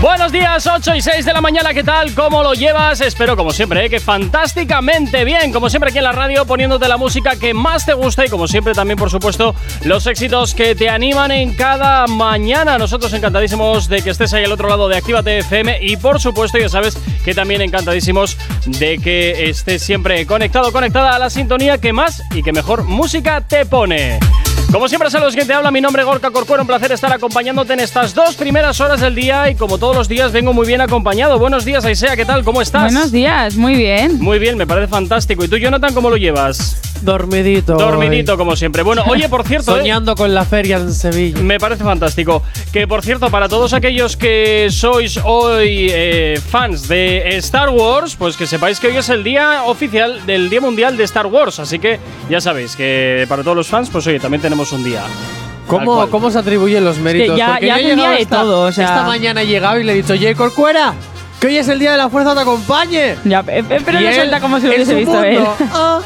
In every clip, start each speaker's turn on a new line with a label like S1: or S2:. S1: Buenos días, 8 y 6 de la mañana, ¿qué tal? ¿Cómo lo llevas? Espero, como siempre, ¿eh? que fantásticamente bien. Como siempre aquí en la radio, poniéndote la música que más te gusta y como siempre también, por supuesto, los éxitos que te animan en cada mañana. Nosotros encantadísimos de que estés ahí al otro lado de Actívate FM y, por supuesto, ya sabes que también encantadísimos de que estés siempre conectado, conectada a la sintonía que más y que mejor música te pone. Como siempre, saludos que te habla. Mi nombre es Gorka Corcuero. Un placer estar acompañándote en estas dos primeras horas del día. Y como todos los días, vengo muy bien acompañado. Buenos días, Aisea. ¿Qué tal? ¿Cómo estás?
S2: Buenos días, muy bien.
S1: Muy bien, me parece fantástico. ¿Y tú, Jonathan, cómo lo llevas?
S3: Dormidito.
S1: Dormidito, como siempre. Bueno, oye, por cierto. ¿eh?
S3: Soñando con la feria en Sevilla.
S1: Me parece fantástico. Que por cierto, para todos aquellos que sois hoy eh, fans de Star Wars, pues que sepáis que hoy es el día oficial del Día Mundial de Star Wars. Así que ya sabéis que para todos los fans, pues oye, también tenemos un día. Tal
S3: ¿Cómo,
S1: cual.
S3: ¿Cómo se atribuyen los méritos?
S2: ya-
S3: Porque
S2: ya
S3: yo he
S2: tendría
S3: llegado
S2: de
S3: esta-
S2: todo, o sea.
S3: Esta mañana he llegado y le he dicho, J. Corcuera, que hoy es el día de la fuerza, te acompañe.
S2: Ya, pe- pe- pero
S3: Y
S2: no
S3: él,
S2: suelta como si lo
S3: en
S2: hubiese
S3: su
S2: visto ¿eh?
S3: mundo.
S2: él.
S3: Ah,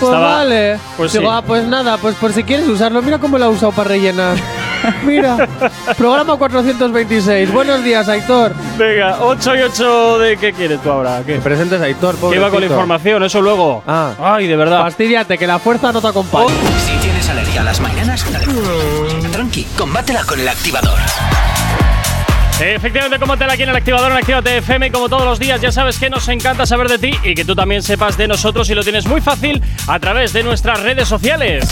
S3: pues
S1: Estaba-
S3: vale.
S1: pues
S3: Digo,
S1: sí.
S3: ah, pues nada, pues por si quieres usarlo, mira cómo lo ha usado para rellenar. Mira, programa 426. Buenos días, Aitor.
S1: Venga, 8 y 8 de qué quieres tú ahora? ¿Qué?
S3: presentes, Aitor,
S1: Que iba con la información, eso luego.
S3: Ah.
S1: Ay, de verdad.
S3: Fastídiate, que la fuerza no te acompaña.
S4: Si tienes alergia a las mañanas, dale. tranqui, combátela con el activador.
S1: Eh, Efectivamente, combátela aquí en el activador en Actívate FM. Y Como todos los días, ya sabes que nos encanta saber de ti y que tú también sepas de nosotros y lo tienes muy fácil a través de nuestras redes sociales.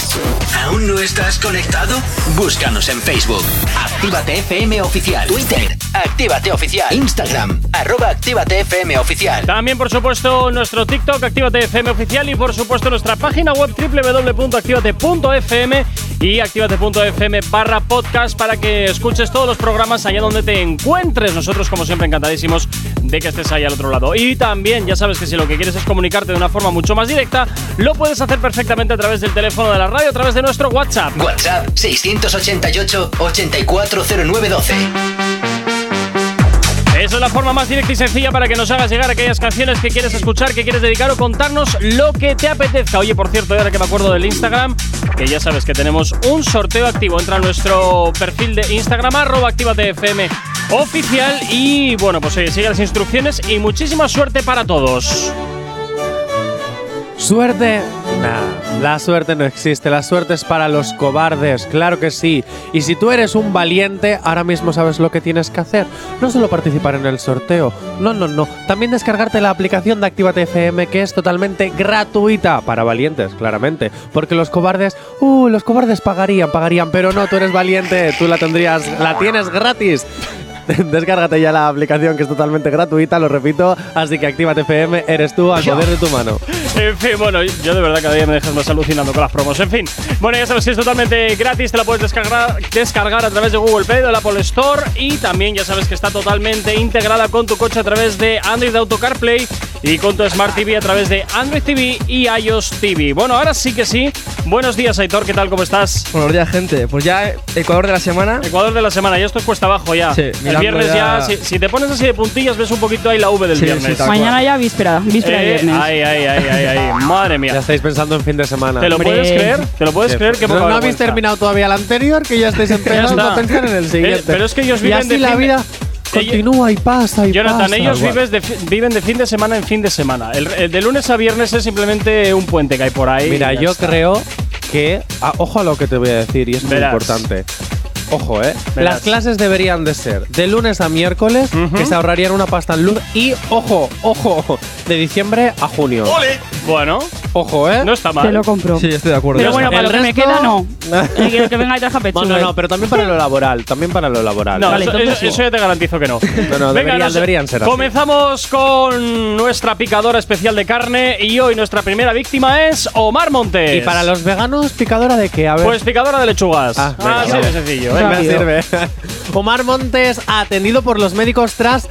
S4: ¿Aún no estás conectado? Búscanos en Facebook. Actívate FM Oficial. Twitter. Actívate Oficial. Instagram. Arroba Actívate FM Oficial.
S1: También, por supuesto, nuestro TikTok, Actívate FM Oficial y, por supuesto, nuestra página web www.activate.fm y activate.fm barra podcast para que escuches todos los programas allá donde te encuentres. Nosotros, como siempre, encantadísimos de que estés ahí al otro lado. Y también, ya sabes que si lo que quieres es comunicarte de una forma mucho más directa, lo puedes hacer perfectamente a través del teléfono de la radio, a través de nuestro WhatsApp.
S4: WhatsApp 688 840912.
S1: Esa es la forma más directa y sencilla para que nos hagas llegar aquellas canciones que quieres escuchar, que quieres dedicar o contarnos lo que te apetezca. Oye, por cierto, ahora que me acuerdo del Instagram, que ya sabes que tenemos un sorteo activo. Entra a nuestro perfil de Instagram, arroba activatefm oficial. Y bueno, pues oye, sigue las instrucciones y muchísima suerte para todos.
S3: Suerte. Nah, la suerte no existe. La suerte es para los cobardes, claro que sí. Y si tú eres un valiente, ahora mismo sabes lo que tienes que hacer. No solo participar en el sorteo, no, no, no. También descargarte la aplicación de Actívate FM que es totalmente gratuita para valientes, claramente. Porque los cobardes, uh, los cobardes pagarían, pagarían, pero no, tú eres valiente, tú la tendrías, la tienes gratis. Descárgate ya la aplicación que es totalmente gratuita, lo repito. Así que Actívate FM eres tú al poder de tu mano.
S1: En fin, bueno, yo de verdad cada día me dejas más alucinando con las promos. En fin, bueno, ya sabes que es totalmente gratis, te la puedes descargar, descargar a través de Google Play, de la Apple Store y también ya sabes que está totalmente integrada con tu coche a través de Android Auto CarPlay y con tu Smart TV a través de Android TV y iOS TV. Bueno, ahora sí que sí. Buenos días, Aitor, ¿qué tal? ¿Cómo estás?
S5: Buenos días, gente. Pues ya eh, Ecuador de la semana.
S1: Ecuador de la semana, ya esto es cuesta abajo ya.
S5: Sí,
S1: El
S5: mirando
S1: viernes ya,
S5: ya-
S1: si, si te pones así de puntillas, ves un poquito ahí la V del
S5: Sí, sí,
S1: viernes.
S5: tal cual.
S2: Mañana ya víspera, víspera de
S1: Eh,
S2: viernes.
S1: ay, ay, ay, ay, ay, madre mía.
S3: Ya estáis pensando en fin de semana.
S1: ¿Te lo
S2: Hombre.
S1: puedes creer? ¿Te lo puedes
S3: Sí. pues,
S1: creer? Qué
S3: no,
S1: poca
S3: no habéis
S1: vergüenza.
S3: terminado todavía el anterior, que ya estáis empezando
S1: está.
S3: a pensar en el
S1: Eh,
S3: siguiente.
S1: pero es que ellos
S3: y
S1: viven
S3: así
S1: de
S3: la
S1: fin de-
S3: vida continúa y pasa y
S1: Jonathan,
S3: pasa.
S1: ellos
S3: Igual.
S1: vives de fi- viven de fin de semana en fin de semana. El, el de lunes a viernes es simplemente un puente que hay por ahí.
S3: Mira,
S1: y ya
S3: yo
S1: está.
S3: creo que ah, ojo a lo que te voy a decir y es
S1: Verás.
S3: muy importante. Ojo, ¿eh?
S1: Verás.
S3: Las clases deberían de ser de lunes a miércoles, que se ahorrarían una pasta en luz y ojo, ojo, de diciembre a junio.
S1: Bueno,
S3: Ojo, ¿eh?
S1: no está mal.
S2: Te lo compro.
S5: Sí, estoy de acuerdo.
S2: Pero bueno, para
S3: El
S2: lo que me
S3: resto-
S2: queda, no. Eh, que, que venga y traje pecho.
S3: no, no, no, pero también para lo laboral, también para lo laboral.
S1: No,
S3: ¿eh?
S2: Vale,
S1: eso,
S2: entonces
S1: eso-
S2: sí.
S1: eso ya te garantizo que no.
S3: no, deberían-
S1: nos-
S3: deberían ser así.
S1: Comenzamos con nuestra picadora especial de carne y hoy nuestra primera víctima es Omar Montes.
S3: Y para los veganos, picadora de qué? A ver.
S1: Pues picadora de lechugas.
S3: Ah, venga,
S1: Así
S3: vale.
S1: de sencillo. ¿eh?
S3: Me
S1: venga.
S3: sirve. Omar Montes atendido por los médicos tras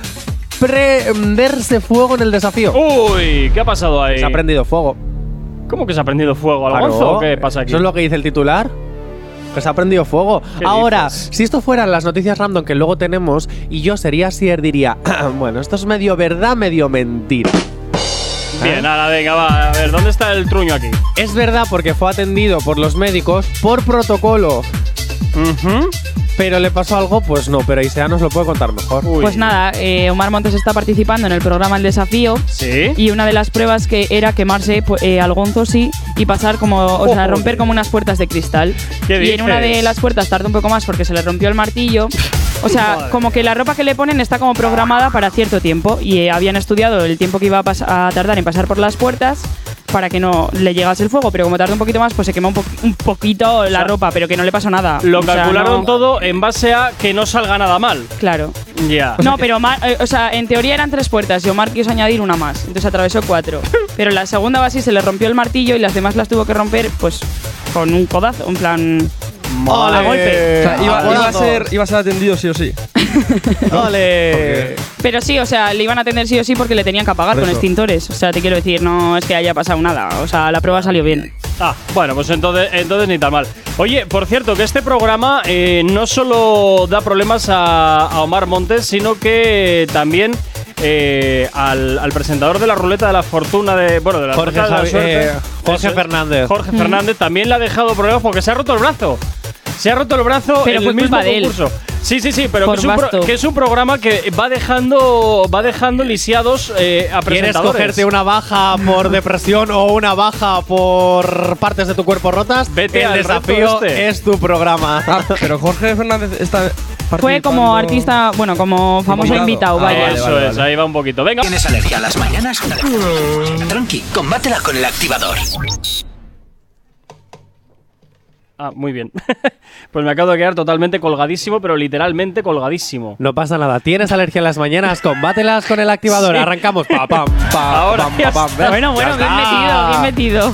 S3: prenderse fuego en el desafío.
S1: Uy, ¿qué ha pasado ahí?
S3: Se ha prendido fuego.
S1: ¿Cómo que se ha prendido fuego al gonzo?
S3: Claro.
S1: ¿O qué pasa aquí?
S3: ¿Eso es lo que dice el titular? Que se ha prendido fuego.
S1: ¿Qué
S3: Ahora,
S1: dices?
S3: si esto fueran las noticias random que luego tenemos y yo sería Sier, diría, bueno, esto es medio verdad, medio mentira.
S1: Bien, ahora venga, va. A ver, ¿dónde está el truño aquí?
S3: Es verdad porque fue atendido por los médicos por protocolo,
S1: Ujú.
S3: pero le pasó algo, pues no, pero Isea nos lo puede contar mejor.
S1: Uy.
S2: Pues nada, eh, Omar Montes está participando en el programa El Desafío.
S1: Sí.
S2: Y una de las pruebas que era quemarse pu- eh, al gonzo sí y pasar como, o sea,
S3: Joder.
S2: romper como unas puertas de cristal.
S1: ¿Qué
S2: y en una
S1: dices?
S2: de las puertas tardó un poco más porque se le rompió el martillo. O sea, como que la ropa que le ponen está como programada para cierto tiempo y eh, habían estudiado el tiempo que iba a, pas- a tardar en pasar por las puertas para que no le llegase el fuego, pero como tardó un poquito más, pues se quemó un, po- un poquito la
S1: sea,
S2: ropa, pero que no le pasó nada.
S1: Lo
S2: O sea,
S1: calcularon
S2: no-
S1: todo en base a que no salga nada mal.
S2: Claro.
S1: Ya.
S2: No, pero Omar, eh, o sea, en teoría eran tres puertas y Omar quiso añadir una más, entonces atravesó cuatro. Pero la segunda base se le rompió el martillo y las demás las tuvo que romper, pues, con un codazo, en plan,
S3: ¡Ole!
S2: a golpe.
S5: O sea, iba,
S3: ¡Ole!
S5: iba a ser, iba a ser atendido sí o sí.
S3: ¡Ole!
S2: Pero sí, o sea, le iban a atender sí o sí porque le tenían que apagar con
S5: Eso.
S2: extintores. O sea, te quiero decir, no es que haya pasado nada, o sea, la prueba salió bien.
S1: Ah, bueno, pues entonces, entonces ni tan mal. Oye, por cierto, que este programa eh, no solo da problemas a, a Omar Montes, sino que también eh, al, al presentador de la ruleta de la fortuna de. Bueno, de la
S3: Jorge
S1: ruleta de la
S3: Javi-
S1: suerte.
S3: eh, Jorge
S1: Eso es.
S3: Fernández.
S1: Jorge Fernández también le ha dejado problemas porque se ha roto el brazo. Se ha roto el brazo
S2: Pero
S1: en
S2: fue
S1: el mismo
S2: culpa de él.
S1: concurso. Sí, sí, sí, pero que
S2: Por
S1: es, un pro-
S2: vasto.
S1: que es un programa que va dejando va dejando lisiados eh, a
S3: ¿Quieres
S1: presentadores.
S3: cogerte una baja por depresión o una baja por partes de tu cuerpo rotas?
S1: Vete
S3: El
S1: al
S3: desafío
S1: reto este.
S3: es tu programa.
S5: Ah, pero Jorge Fernández está.
S2: Fue como
S5: participando-
S2: artista, bueno, como famoso invitado,
S5: invitado. Ah,
S2: vaya.
S5: vale,
S1: Eso
S5: vale,
S1: es,
S5: vale.
S1: ahí va un poquito. Venga.
S4: ¿Tienes alergia a las mañanas? Tranqui, combátela con el activador.
S1: Ah, muy bien. pues me acabo de quedar totalmente colgadísimo, pero literalmente colgadísimo.
S3: No pasa nada. ¿Tienes alergia en las mañanas? Combátelas con el activador.
S1: Sí.
S3: Arrancamos. Pa, pam, pa,
S1: Ahora
S3: pam,
S1: ya
S3: pa, pam.
S1: está.
S3: ¿Ves?
S2: Bueno, bueno,
S3: Ya
S2: bien
S3: está.
S2: metido, bien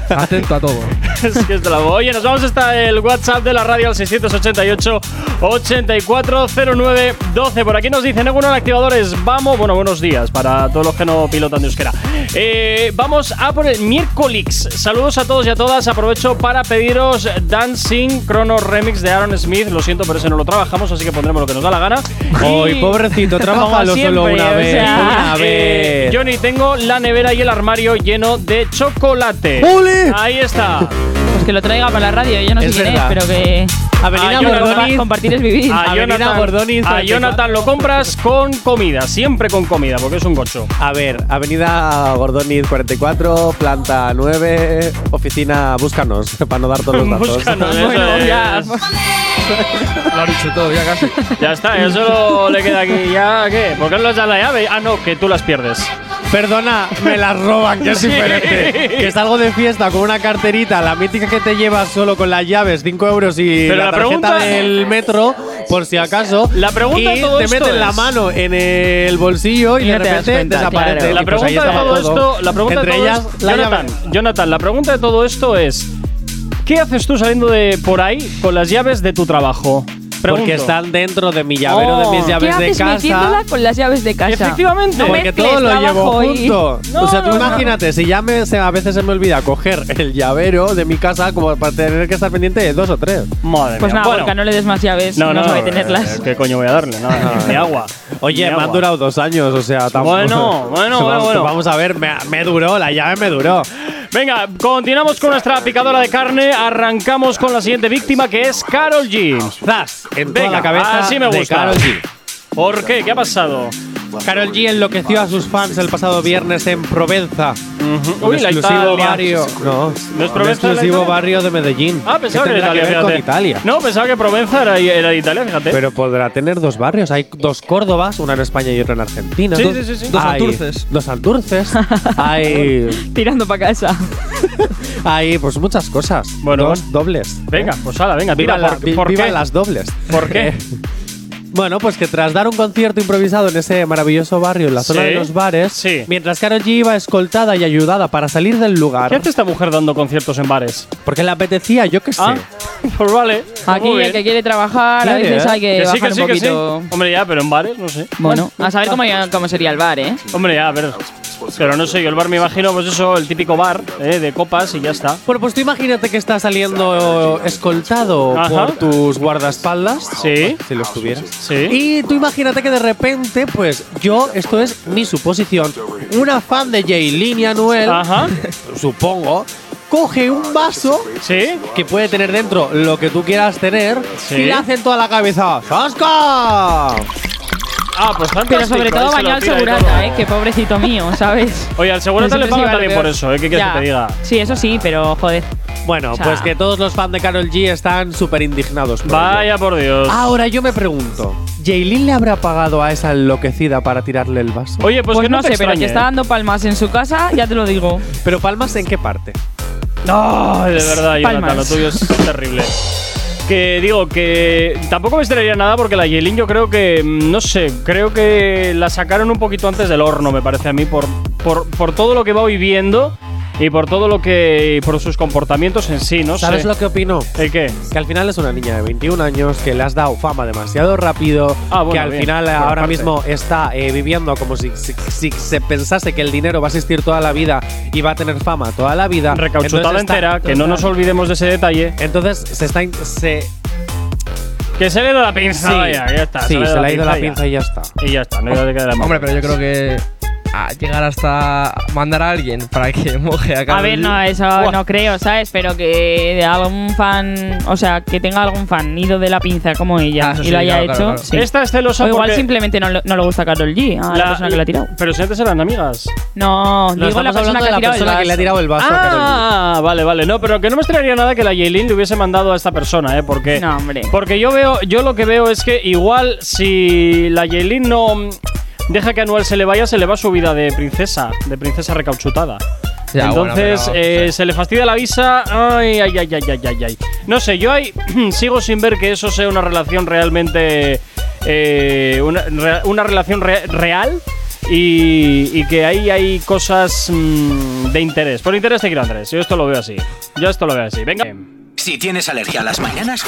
S2: metido.
S5: Atento a todo.
S1: es que esto la Oye, nos vamos hasta el WhatsApp de la radio al 688-8409-12. Por aquí nos dicen, algunos activadores, vamos, bueno, buenos días para todos los que no pilotan de euskera. Eh, vamos a por el miércoles. Saludos a todos y a todas. Aprovecho para pediros Dancing Chrono Remix de Aaron Smith. Lo siento, pero ese no lo trabajamos, así que pondremos lo que nos da la gana.
S3: Ay,
S1: Y-
S3: pobrecito, trabájalo
S1: Como
S3: solo
S1: siempre,
S3: una
S1: o
S3: vez.
S1: sea,
S3: una
S1: eh,
S3: vez.
S1: Johnny, tengo la nevera y el armario lleno de chocolate.
S3: ¡Ole!
S1: Ahí está.
S2: Pues que lo traiga para la radio, yo no sé
S3: Es
S2: quién
S3: verdad.
S2: es, pero que
S3: Avenida
S1: Ah, yo no-
S3: Gordoni.
S2: compartir es vivir.
S1: A
S3: Avenida
S1: Jonathan,
S3: Gordoni,
S1: a
S3: 34.
S1: Jonathan lo compras con comida, siempre con comida, porque es un gocho.
S3: A ver, Avenida Gordoniz 44, planta 9, oficina, búscanos, para no dar todos los datos.
S1: Búscanos, eso
S2: Bueno,
S1: es.
S2: ya. pues,
S5: Lo ha dicho todo, ya casi.
S1: Ya está, eso lo- le queda aquí. ¿Ya qué? ¿Por qué no les das la llave? Ah, no, que tú las pierdes.
S3: Perdona, me las roban, que es diferente. Que salgo de fiesta con una carterita, la mítica que te llevas solo con las llaves, 5 euros y
S1: Pero
S3: la,
S1: la
S3: tarjeta
S1: pregunta-
S3: del metro, por si acaso.
S1: La pregunta
S3: y
S1: de todo
S3: te
S1: esto
S3: meten la
S1: es-
S3: mano en el bolsillo y,
S2: Y no
S3: de
S2: te das
S3: repente
S2: cuenta,
S3: desaparece.
S2: claro.
S3: Y
S1: La
S3: pues ahí
S1: pregunta de
S3: estaba
S1: todo esto, la pregunta
S3: Entre
S1: de todo
S3: ellas,
S1: es-
S3: la
S1: Jonathan,
S3: llave.
S1: Jonathan, la pregunta de todo esto es ¿qué haces tú saliendo de por ahí con las llaves de tu trabajo? Pregunto.
S3: Porque están dentro de mi llavero,
S1: Oh.
S3: de mis
S2: ¿Qué
S3: llaves de
S2: haces
S3: casa.
S2: metiéndola con las llaves de casa?
S1: Efectivamente.
S2: No
S3: Porque
S2: mezcles
S3: todo lo llevo
S2: trabajo y-
S3: junto.
S1: No,
S3: o sea, tú
S1: no, no.
S3: imagínate, si ya me, se- a veces se me olvida coger el llavero de mi casa como para tener que estar pendiente de dos o tres.
S1: Madre
S2: Pues
S1: mía.
S2: nada,
S1: Bueno,
S2: Gorka, no le des más llaves, no, sabe tenerlas.
S1: eh, ¿Qué coño voy a darle? Nada, ni agua.
S3: Oye,
S1: Ni
S3: me han
S1: agua.
S3: durado dos años, o sea, tampoco.
S1: Bueno, bueno, bueno, bueno.
S3: Vamos a ver, me, me duró, la llave me duró.
S1: Venga, continuamos con nuestra picadora de carne. Arrancamos con la siguiente víctima que es Carol G.
S3: Zas, en toda
S1: Venga,
S3: la cabeza
S1: así me
S3: de
S1: gusta.
S3: Karol G.
S1: ¿Por qué? ¿Qué ha pasado?
S3: Carol G enloqueció a sus fans el pasado viernes en Provenza. Un
S1: Uy, la
S3: exclusivo
S1: Italia.
S3: barrio. No,
S1: es
S3: un
S1: Provenza, la
S3: exclusivo
S1: Italia?
S3: barrio de Medellín.
S1: Ah,
S3: ¿Qué
S1: pensaba que era
S3: tendrá
S1: Italia,
S3: ver
S1: fíjate.
S3: con Italia.
S1: No, pensaba que Provenza era, era de Italia, fíjate.
S3: Pero podrá tener dos barrios. Hay dos Córdobas, una en España y otra en Argentina.
S1: Sí,
S3: Dos-
S1: sí, sí, sí.
S5: Dos
S3: hay-
S5: Santurces.
S3: Dos Santurces. hay,
S2: Tirando para casa.
S3: hay, pues muchas cosas.
S1: Bueno,
S3: dos dobles. ¿Eh?
S1: venga, pues hala, venga, tira.
S3: Viva la-
S1: ¿Por,
S3: vi-
S1: por
S3: viva
S1: qué?
S3: las dobles. Eh,
S1: ¿Por qué?
S3: Bueno, pues que tras dar un concierto improvisado en ese maravilloso barrio, en la zona
S1: Sí,
S3: de los bares,
S1: sí.
S3: mientras Karol G iba escoltada y ayudada para salir del lugar,
S1: ¿Qué hace esta mujer dando conciertos en bares?
S3: porque le apetecía, yo qué sé.
S1: Ah, pues vale.
S2: Aquí
S1: Muy
S2: el
S1: bien.
S2: que quiere trabajar, a
S3: Nadie,
S2: veces
S3: ¿eh?
S2: hay que,
S1: Que sí,
S2: bajar
S1: que sí,
S2: un
S1: que sí.
S2: poquito.
S1: Hombre, ya, pero en bares, no sé.
S2: Bueno, a saber cómo, cómo sería el bar, ¿eh?
S1: Hombre, ya, pero Pero no sé, yo el bar me imagino, pues eso, el típico bar eh, de copas y ya está.
S3: Bueno, pues tú imagínate que estás saliendo escoltado
S1: Ajá.
S3: por tus guardaespaldas.
S1: Sí.
S3: Si los tuvieras.
S1: Sí.
S3: Y tú imagínate que de repente, pues yo, esto es mi suposición, una fan de Jaylin y Anuel,
S1: Ajá.
S3: supongo, coge un vaso
S1: Sí.
S3: que puede tener dentro lo que tú quieras tener
S1: Sí.
S3: y le hacen toda la cabeza. ¡Sasca!
S1: Ah, pues fantástico.
S2: Pero sobre todo
S1: ahí se lo
S2: bañar al
S1: tira y todo.
S2: segurata, ¿eh? Que pobrecito mío, ¿sabes?
S1: Oye, al segurata le
S2: Nosotros
S1: pagan
S2: iba a
S1: también
S2: peor.
S1: por eso, ¿eh? ¿Qué quieres
S2: Ya.
S1: que te diga?
S2: Sí, eso sí, pero joder.
S3: Bueno,
S2: O sea-
S3: pues que todos los fans de Carol G están súper indignados. por ello.
S1: Vaya por Dios.
S2: Ah,
S3: Ahora yo me pregunto, ¿Jaylin le habrá pagado a esa enloquecida para tirarle el vaso?
S1: Oye, pues,
S2: Pues,
S1: que
S2: no,
S1: no,
S2: sé,
S1: te
S2: pero
S1: extrañe,
S2: que está dando palmas en su casa, ya te lo digo.
S1: Pues-
S3: Pero palmas en qué parte?
S1: No, de verdad, Jonathan,
S2: Palmas.
S1: lo tuyo es terrible. Que digo que tampoco me extrañaría nada porque la Yelin yo creo que, mm, no sé, creo que la sacaron un poquito antes del horno, me parece a mí, por, por, por todo lo que va viviendo y por todo lo que. y por sus comportamientos en sí, ¿no?
S3: ¿Sabes
S1: sé.
S3: lo que opino?
S1: ¿El qué?
S3: Que al final es una niña de 21 años, que le has dado fama demasiado rápido,
S1: Ah, bueno,
S3: que al
S1: bien,
S3: final
S1: por
S3: ahora
S1: parte.
S3: mismo está eh, viviendo como si, si- si se pensase que el dinero va a existir toda la vida y va a tener fama toda la vida.
S1: Recauchutada
S3: Entonces está-
S1: entera, que no nos olvidemos de ese detalle.
S3: Entonces se está. in- Se,
S1: Que se le da la pinza,
S3: sí,
S1: Ah, vaya, ya está.
S3: sí,
S1: le da
S3: se le ha ido la
S1: ya.
S3: pinza y ya está.
S1: Y ya está, no hay que darle más
S5: Hombre, pero yo creo que a llegar hasta mandar a alguien para que moje a
S2: A
S5: Karol
S2: ver,
S5: G.
S2: no, eso
S5: Buah.
S2: no creo, ¿sabes? Pero que de algún fan, o sea, que tenga algún fan ido de la pinza como ella
S5: Ah, eso
S2: y
S5: sí,
S2: lo haya
S5: claro,
S2: hecho.
S5: claro, claro.
S2: sí.
S1: Esta es celosa
S2: O igual
S1: porque
S2: simplemente no, le- no le gusta a Carol G, a la, persona que la ha tirado.
S1: Pero si antes eran amigas.
S2: No,
S3: No,
S2: digo la
S3: estamos
S2: persona
S3: hablando
S2: que
S3: de
S2: ha tirado
S3: la
S2: el
S3: persona que le ha
S2: vaso.
S3: tirado el vaso a Karol G.
S1: Ah, vale, vale. No, pero que no me extrañaría nada que la Yaelin le hubiese mandado a esta persona, ¿eh? Porque,
S2: No, hombre.
S1: porque yo veo, yo lo que veo es que igual si la Yaelin no mm, deja que Anuel se le vaya, se le va su vida de princesa, de princesa recauchutada.
S5: Ya, bueno,
S1: Entonces
S5: pero-
S1: eh, se le fastidia la visa. Ay, ay, ay, ay, ay, ay, ay. No sé, yo ahí sigo sin ver que eso sea una relación realmente. eh, una, re- una relación re- real. Y, y que ahí hay cosas mm, de interés. Por interés te quiero, Andrés. Yo esto lo veo así. Yo esto lo veo así. Venga.
S4: Si tienes alergia a las mañanas,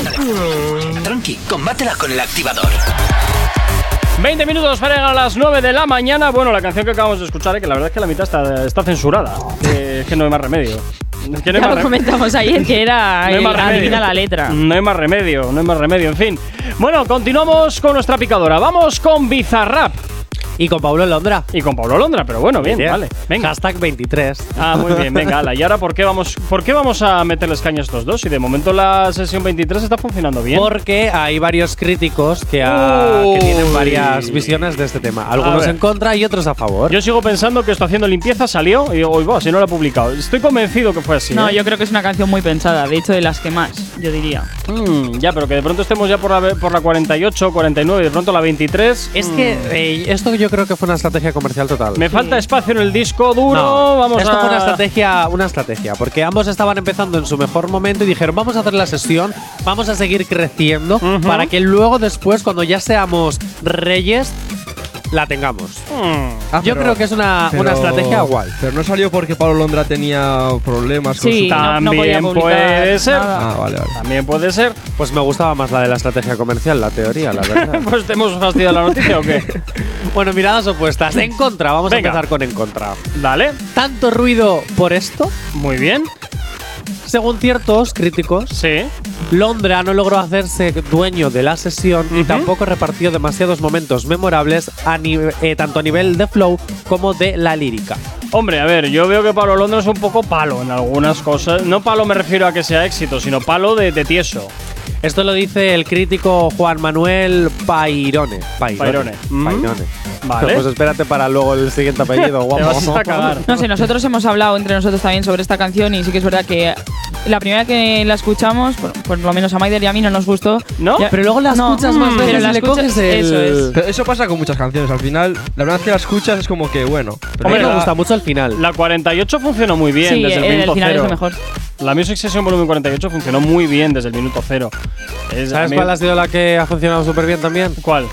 S4: tranqui, combátela con el activador.
S1: 20 minutos para llegar a las 9 de la mañana. Bueno, la canción que acabamos de escuchar, eh, que la verdad es que la mitad está, está censurada. Eh, es que no hay más remedio. Es que no hay
S2: Ya
S1: más
S2: lo
S1: re-
S2: comentamos ayer que era
S1: No hay
S2: el
S1: más remedio.
S2: adivina la letra.
S1: No hay más remedio, no hay más remedio, en fin. Bueno, continuamos con nuestra picadora. Vamos con Bizarrap
S3: Y con Pablo Londra.
S1: y con Pablo Londra, pero bueno, bien,
S3: Idea.
S1: vale. Venga.
S3: Hashtag 23.
S1: Ah, muy bien, venga, ala. ¿Y ahora por qué vamos, por qué vamos a meterles caña a estos dos? Si de momento la sesión 23 está funcionando bien.
S3: Porque hay varios críticos que, ha- que tienen varias visiones de este tema. Algunos
S1: ver.
S3: en contra y otros a favor.
S1: Yo sigo pensando que esto haciendo limpieza salió y digo, "Uy, buah, si no lo ha publicado. Estoy convencido que fue así.
S2: No,
S1: ¿eh?
S2: yo creo que es una canción muy pensada, de hecho de las que más, yo diría.
S1: Mm, ya, pero que de pronto estemos ya por la, ve- por la 48, 49 y de pronto la 23.
S3: es que eh, esto yo creo que fue una estrategia comercial total.
S1: Mm. Me falta espacio en el disco duro.
S3: No,
S1: vamos
S3: esto
S1: a.
S3: fue una estrategia, una estrategia, porque ambos estaban empezando en su mejor momento y dijeron, vamos a hacer la sesión, vamos a seguir creciendo, para que luego después, cuando ya seamos reyes, la tengamos.
S1: Mm.
S5: Ah,
S3: Yo
S5: pero-
S3: creo que es una,
S5: pero-
S3: una estrategia guay.
S5: Pero no salió porque Pablo Londra tenía problemas con
S2: Sí,
S5: su.
S2: no, no podía
S1: También
S2: publicar
S1: puede ser.
S2: nada.
S5: Ah, vale, vale.
S1: También puede ser.
S3: Pues me gustaba más la de la estrategia comercial, la teoría, la verdad.
S1: Pues te hemos fastidiado la noticia o qué.
S3: bueno, miradas opuestas. En contra, vamos
S1: Venga.
S3: a empezar con en contra.
S1: Dale,
S3: Tanto ruido por esto.
S1: muy bien.
S3: Según ciertos críticos,
S1: Sí.
S3: Londra no logró hacerse dueño de la sesión y
S1: Ujú.
S3: tampoco repartió demasiados momentos memorables a nive- eh, tanto a nivel de flow como de la lírica.
S1: Hombre, a ver, yo veo que Pablo Londra es un poco palo en algunas cosas. No palo me refiero a que sea éxito, sino palo de, de tieso.
S3: Esto lo dice el crítico Juan Manuel Pairone.
S1: Pairone. Mm.
S3: Pairone.
S1: Vale.
S3: Pues espérate para luego el siguiente apellido,
S1: Te
S3: guapo.
S1: vas a acabar.
S2: No sé, nosotros hemos hablado entre nosotros también sobre esta canción y sí que es verdad que la primera que la escuchamos, por, por lo menos a Maider y a mí no nos gustó.
S1: ¿No?
S2: Ya-
S3: Pero luego la
S2: No,
S3: escuchas más
S2: mm,
S3: veces
S2: pero la
S3: y le
S2: escuchas-
S3: coges el-
S2: eso es.
S5: Pero eso pasa con muchas canciones. Al final, la verdad es que la escuchas es como que bueno. pero
S3: A mí
S1: Hombre,
S3: me
S1: la-
S3: gusta mucho el final.
S1: La 48 funcionó muy bien
S2: sí,
S1: desde el,
S2: el,
S1: minuto
S2: final
S1: cero.
S2: es lo mejor.
S1: La Music Session Volumen 48 funcionó muy bien desde el minuto cero. Es- a
S3: ¿Sabes
S1: mí-
S3: cuál ha sido la que ha funcionado súper bien también?
S1: ¿Cuál?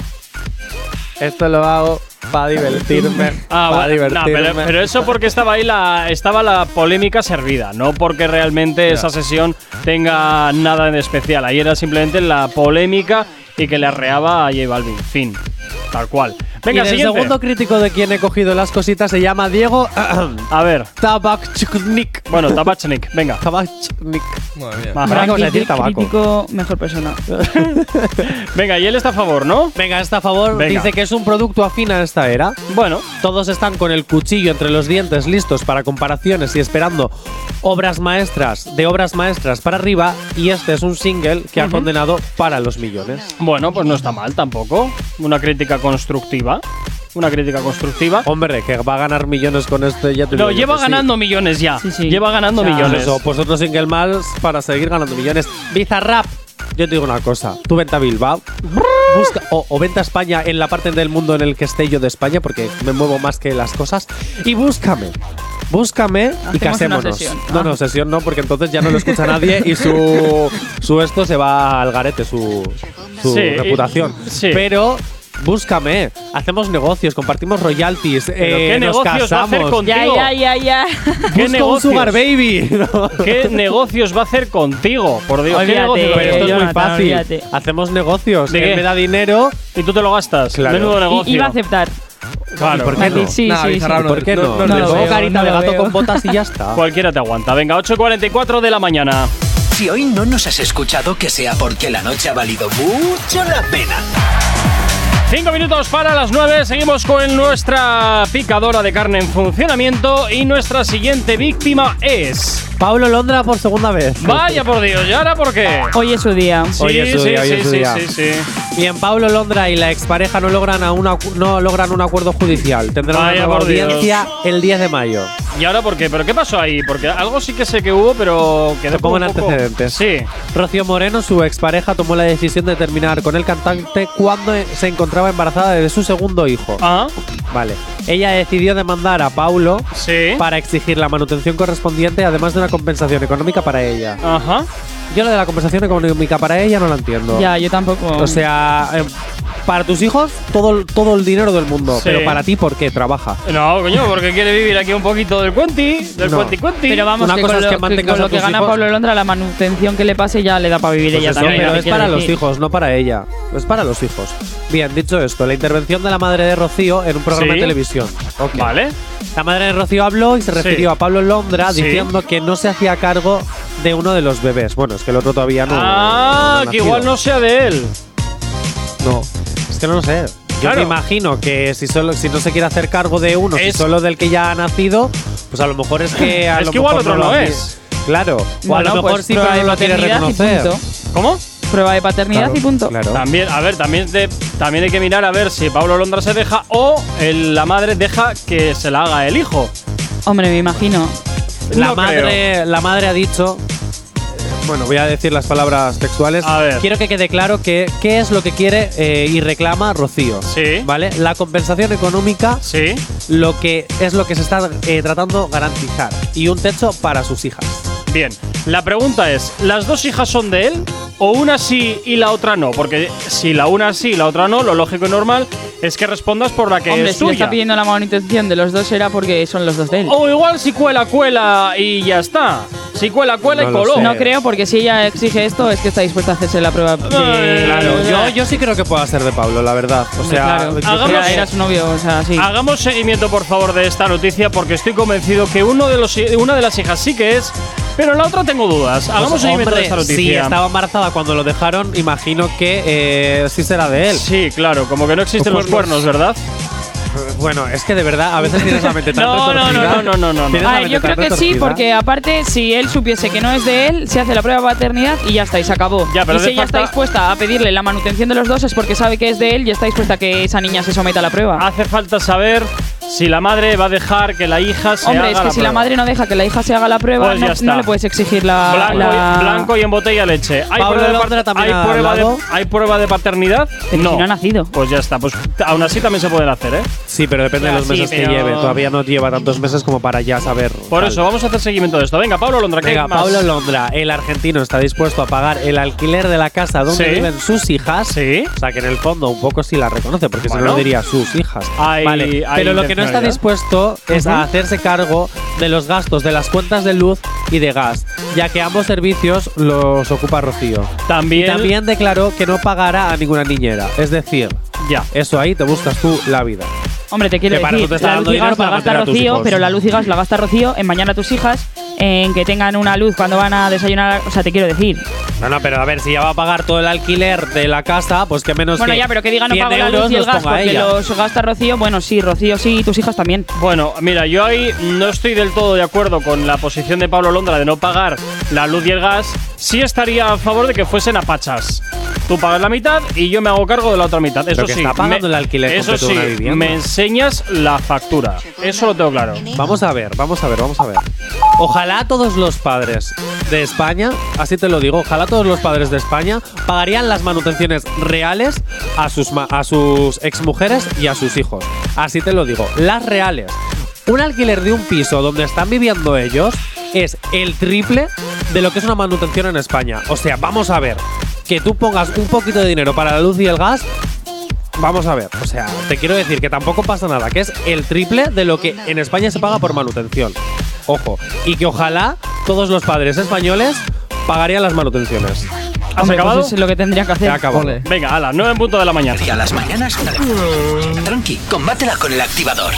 S3: Esto lo hago para divertirme.
S1: Ah,
S3: para
S1: bueno, no,
S3: divertirme.
S1: pero, pero eso porque estaba ahí la estaba la polémica servida, no porque realmente esa sesión tenga nada de especial. Ahí era simplemente la polémica y que le arreaba a J Balvin. Fin. Tal cual. Venga,
S3: y el
S1: siguiente.
S3: segundo crítico de quien he cogido las cositas se llama Diego
S1: A ver.
S3: Tabachnik.
S1: Bueno, Tabachnik, venga.
S3: Tabachnik.
S5: Madre mía.
S1: Va.
S3: Ahora que vamos a
S2: Frankie,
S3: decir tabaco.
S2: crítico, mejor persona.
S1: Venga, y él está a favor, ¿no?
S3: Venga, está a favor.
S1: Venga.
S3: Dice que es un producto afín a esta era.
S1: Bueno,
S3: Todos están con el cuchillo entre los dientes listos para comparaciones y esperando obras maestras, de obras maestras para arriba. Y este es un single que ha condenado para los millones.
S1: bueno, pues no está mal tampoco. Una crítica constructiva. Una crítica constructiva.
S3: Hombre, que va a ganar millones con este ya te
S1: No,
S3: digo yo
S1: lleva
S3: que sí.
S1: ganando millones ya.
S2: Sí, sí.
S1: Lleva ganando
S2: Ya.
S1: millones.
S3: Eso, pues otro single más para seguir ganando millones. Bizarrap. Yo te digo una cosa, tú venta a Bilbao, busca, o, o venta a España en la parte del mundo en el que esté yo de España, porque me muevo más que las cosas, y búscame. Búscame y
S2: Hacemos una
S3: casémonos.
S2: sesión.
S3: No,
S2: Ah.
S3: no, sesión no, porque entonces ya no lo escucha nadie y su, su esto se va al garete, su, su
S1: Sí, y-
S3: reputación.
S1: sí.
S3: Pero búscame, hacemos negocios, compartimos royalties, eh,
S1: qué
S3: nos
S1: negocios va a hacer
S3: casamos.
S1: con-
S2: ya,
S1: Contigo.
S2: ya, ya, ya.
S1: ¿Qué
S3: Busca un
S1: negocios?
S3: sugar baby. ¿no?
S1: ¿Qué negocios va a hacer contigo? Por Dios, ¿qué
S2: Olvídate.
S1: negocios va a
S3: Pero
S1: hacer?
S3: esto es muy
S2: Jonathan,
S3: fácil.
S2: olvídate.
S3: Hacemos negocios.
S1: Eh, ¿De qué?
S3: Él me da dinero.
S1: Y tú te lo gastas.
S3: Claro.
S1: Menudo
S2: Y,
S1: negocio.
S2: iba a aceptar.
S3: ¿Y
S1: Claro.
S3: por qué
S2: Sí,
S3: no?
S2: sí,
S5: Nah,
S2: sí.
S5: Bizarrap
S3: ¿Y
S5: no-
S3: por qué no? Pues
S5: no- no
S3: Le
S5: lo
S3: pongo
S5: veo,
S3: carita
S5: no
S3: de
S5: lo
S3: gato
S5: veo.
S3: con botas y ya está.
S1: Cualquiera te aguanta. Venga, 8.44 de la mañana.
S4: Si hoy no nos has escuchado, que sea porque la noche ha valido mucho la pena.
S1: Cinco minutos para las 9. Seguimos con nuestra picadora de carne en funcionamiento. Y nuestra siguiente víctima es.
S3: Pablo Londra por segunda vez.
S1: Vaya por Dios, ¿y ahora por qué?
S2: Hoy es su día.
S3: Hoy es su día, hoy
S1: sí,
S3: es su
S1: sí,
S3: día.
S1: sí, sí.
S3: Bien, Pablo Londra y la expareja no logran, a una, no logran un acuerdo judicial. Tendrán
S1: Vaya
S3: una nueva
S1: por Dios.
S3: audiencia el 10 de mayo.
S1: ¿Y ahora por qué? ¿Pero qué pasó ahí? Porque algo sí que sé que hubo, pero quedó
S3: Te pongo
S1: como un
S3: en
S1: poco-
S3: antecedentes.
S1: Sí.
S3: Rocío Moreno, su expareja, tomó la decisión de terminar con el cantante cuando se encontraba embarazada de su segundo hijo.
S1: Ah,
S3: Vale. Ella decidió demandar a Paulo
S1: sí.
S3: para exigir la manutención correspondiente, además de una compensación económica para ella.
S1: Ajá.
S3: Yo lo de la compensación económica para ella no la entiendo.
S2: Ya, yo tampoco.
S3: O sea, eh, para tus hijos todo, el- todo el dinero del mundo,
S1: Sí.
S3: pero para ti, ¿por qué? Trabaja.
S1: No, coño, porque quiere vivir aquí un poquito del cuenti, del
S3: No.
S1: cuenti cuenti.
S2: pero vamos,
S3: una
S2: que
S3: cosa
S2: con
S3: es
S2: lo
S3: que
S2: que,
S3: mantengas
S2: con
S3: a
S2: lo que
S3: tus
S2: gana
S3: hijos.
S2: Pablo Londra, la manutención que le pase ya le da para vivir
S3: Pues
S2: ella
S3: eso,
S2: también.
S3: pero
S2: ¿qué
S3: es
S2: quiero
S3: para los
S2: decir?
S3: hijos, no para ella. Es para los hijos. Bien, dicho esto, la intervención de la madre de Rocío en un programa
S1: Sí.
S3: de televisión. Ok.
S1: Vale.
S3: La madre de Rocío habló y se refirió a Pablo Londra
S1: Sí.
S3: diciendo que no se hacía cargo de uno de los bebés. Bueno, es que el otro todavía no.
S1: ah,
S3: ha
S1: que
S3: nacido.
S1: igual no sea de él.
S3: No, es que no lo sé. Yo
S1: Claro.
S3: me imagino que si solo si no se quiere hacer cargo de uno, si
S1: Es-
S3: solo del que ya ha nacido, pues a lo mejor es que a
S1: Es
S3: lo
S1: que igual
S3: mejor
S1: otro
S3: lo
S1: no
S3: hace.
S1: es.
S3: Claro, o a
S2: Bueno,
S3: lo mejor
S2: pues
S3: sí, pero
S2: prueba
S3: no
S2: de
S3: lo quiere
S2: paternidad y
S3: reconocer.
S2: punto.
S1: ¿Cómo?
S2: Prueba de paternidad
S3: Claro,
S2: y punto.
S3: Claro.
S1: También, a ver, también, te- también hay que mirar a ver si Pablo Londra se deja o el- la madre deja que se la haga el hijo.
S2: Hombre, me imagino.
S3: La
S1: No
S3: madre, la madre ha dicho. Bueno, voy a decir las palabras textuales.
S1: A ver.
S3: Quiero que quede claro que qué es lo que quiere eh, y reclama Rocío.
S1: Sí.
S3: ¿Vale? La compensación económica,
S1: Sí.
S3: lo que es lo que se está eh, tratando garantizar y un techo para sus hijas.
S1: Bien. La pregunta es, ¿las dos hijas son de él o una sí y la otra no? Porque si la una sí y la otra no, lo lógico y normal es que respondas por la que
S2: Hombre,
S1: es
S2: si le
S1: tuya.
S2: está pidiendo la manutención de los dos era porque son los dos de él.
S1: o igual si cuela, cuela y ya está. Si cuela, cuela y
S3: No lo
S1: coló.
S3: sé.
S2: No creo, porque si ella exige esto, es que está dispuesta a hacerse la prueba. De...
S1: Eh,
S3: Claro,
S1: Eh,
S3: yo, yo sí creo que pueda ser de Pablo, la verdad. O sea,
S2: claro.
S3: yo
S1: Hagamos-
S3: creo
S2: Era,
S3: que-
S2: era su novio, o sea, sí.
S1: Hagamos seguimiento, por favor, de esta noticia porque estoy convencido que uno de los, una de las hijas sí que es, pero la otra tengo dudas. Hagamos
S3: Pues,
S1: seguimiento
S3: hombre,
S1: de esta noticia.
S3: Sí, estaba embarazada cuando lo dejaron. Imagino que eh, sí será de él.
S1: Sí, claro, como que no existen
S3: Pues
S1: los cuernos, ¿verdad?
S3: Bueno, es que de verdad a veces tienes la mente tan
S1: No, no,
S3: retorcida.
S1: no, no, no, no, no.
S3: Tienes
S2: A
S3: la
S2: ver,
S3: mente
S2: yo creo
S3: tan
S2: que sí,
S3: retorcida.
S2: porque aparte, si él supiese que no es de él, se hace la prueba de paternidad y ya está, y se acabó.
S1: Ya, pero
S2: y si
S1: hace
S2: ella
S1: falta-
S2: está dispuesta a pedirle la manutención de los dos es porque sabe que es de él y está dispuesta a que esa niña se someta a la prueba.
S1: Hace falta saber si la madre va a dejar que la hija se haga
S2: Hombre, es que si la
S1: prueba.
S2: madre no deja que la hija se haga la prueba,
S1: Pues
S2: no,
S1: ya está.
S2: no le puedes exigir la.
S1: Blanco,
S2: la-
S1: y, blanco y en botella leche. ¿Hay,
S3: Pablo
S1: prueba de,
S3: Londra
S1: pat-
S3: también
S1: hay
S3: ha
S1: prueba, de,
S3: hablado.
S1: ¿hay prueba de paternidad?
S2: Pero si no ha nacido.
S1: Pues ya está. Pues t- aún así también se pueden hacer, ¿eh?
S3: Sí, pero depende
S1: Ya,
S3: de los
S1: sí,
S3: meses
S1: pero-
S3: que lleve. Todavía no lleva tantos meses como para ya saber.
S1: Por
S3: tal.
S1: eso, vamos a hacer seguimiento de esto. Venga, Pablo Londra, ¿qué
S3: Venga,
S1: más?
S3: Pablo Londra, el argentino, está dispuesto a pagar el alquiler de la casa donde
S1: Sí.
S3: viven sus hijas.
S1: Sí.
S3: O sea, que en el fondo un poco sí la reconoce, porque si
S1: Bueno.
S3: no, no diría sus hijas.
S1: Hay- hay
S3: vale. Pero lo que no está
S1: intencionalidad.
S3: dispuesto es
S1: Ujú.
S3: a hacerse cargo de los gastos de las cuentas de luz y de gas. ya que ambos servicios los ocupa Rocío.
S1: También,
S3: Y también declaró que no pagará a ninguna niñera. Es decir,
S1: Ya.
S3: eso ahí te buscas tú la vida.
S2: Hombre, te quiero
S3: Que para
S2: decir,
S3: eso te está
S2: la
S3: dando
S2: luz y
S3: dinero
S2: gas
S3: para
S2: la gasta
S3: mantener a tus
S2: Rocío,
S3: hijos.
S2: pero la luz y gas la gasta Rocío en mañana a tus hijas, en que tengan una luz cuando van a desayunar. O sea, te quiero decir.
S3: No, no, pero a ver, si ya va a pagar todo el alquiler de la casa, pues que menos
S2: bueno,
S3: que
S2: ya, pero que diga no
S3: 100
S2: pago la
S3: euros
S2: luz y el
S3: los
S2: gas
S3: ponga
S2: porque
S3: ella.
S2: los gasta Rocío. Bueno, sí, Rocío sí, y tus hijas también.
S1: Bueno, mira, yo ahí no estoy del todo de acuerdo con la posición de Pablo Londra de no pagar la luz y el gas. Sí estaría a favor de que fuesen apachas. Tú pagas la mitad y yo me hago cargo de la otra mitad. Eso
S3: que
S1: sí.
S3: está pagando el alquiler
S1: Eso
S3: completo
S1: sí,
S3: de una vivienda.
S1: me enseñas la factura. Eso lo tengo claro.
S3: Vamos a ver, vamos a ver, vamos a ver. Ojalá todos los padres de España, así te lo digo, ojalá todos los padres de España pagarían las manutenciones reales a sus, ma- a sus exmujeres y a sus hijos. Así te lo digo, las reales. Un alquiler de un piso donde están viviendo ellos es el triple de lo que es una manutención en España. O sea, vamos a ver, que tú pongas un poquito de dinero para la luz y el gas, Vamos a ver, o sea, te quiero decir que tampoco pasa nada, que es el triple de lo que en España se paga por manutención. Ojo, y que ojalá todos los padres españoles pagarían las
S1: ¿Has
S3: manutenciones.
S2: Hombre, pues
S1: acabado?
S2: eso es lo que tendrían que hacer.
S3: Se acabó.
S5: Ole.
S1: Venga, a las 9 en punto de la mañana.
S4: Y a las mañanas. Tranqui, combátela con el activador.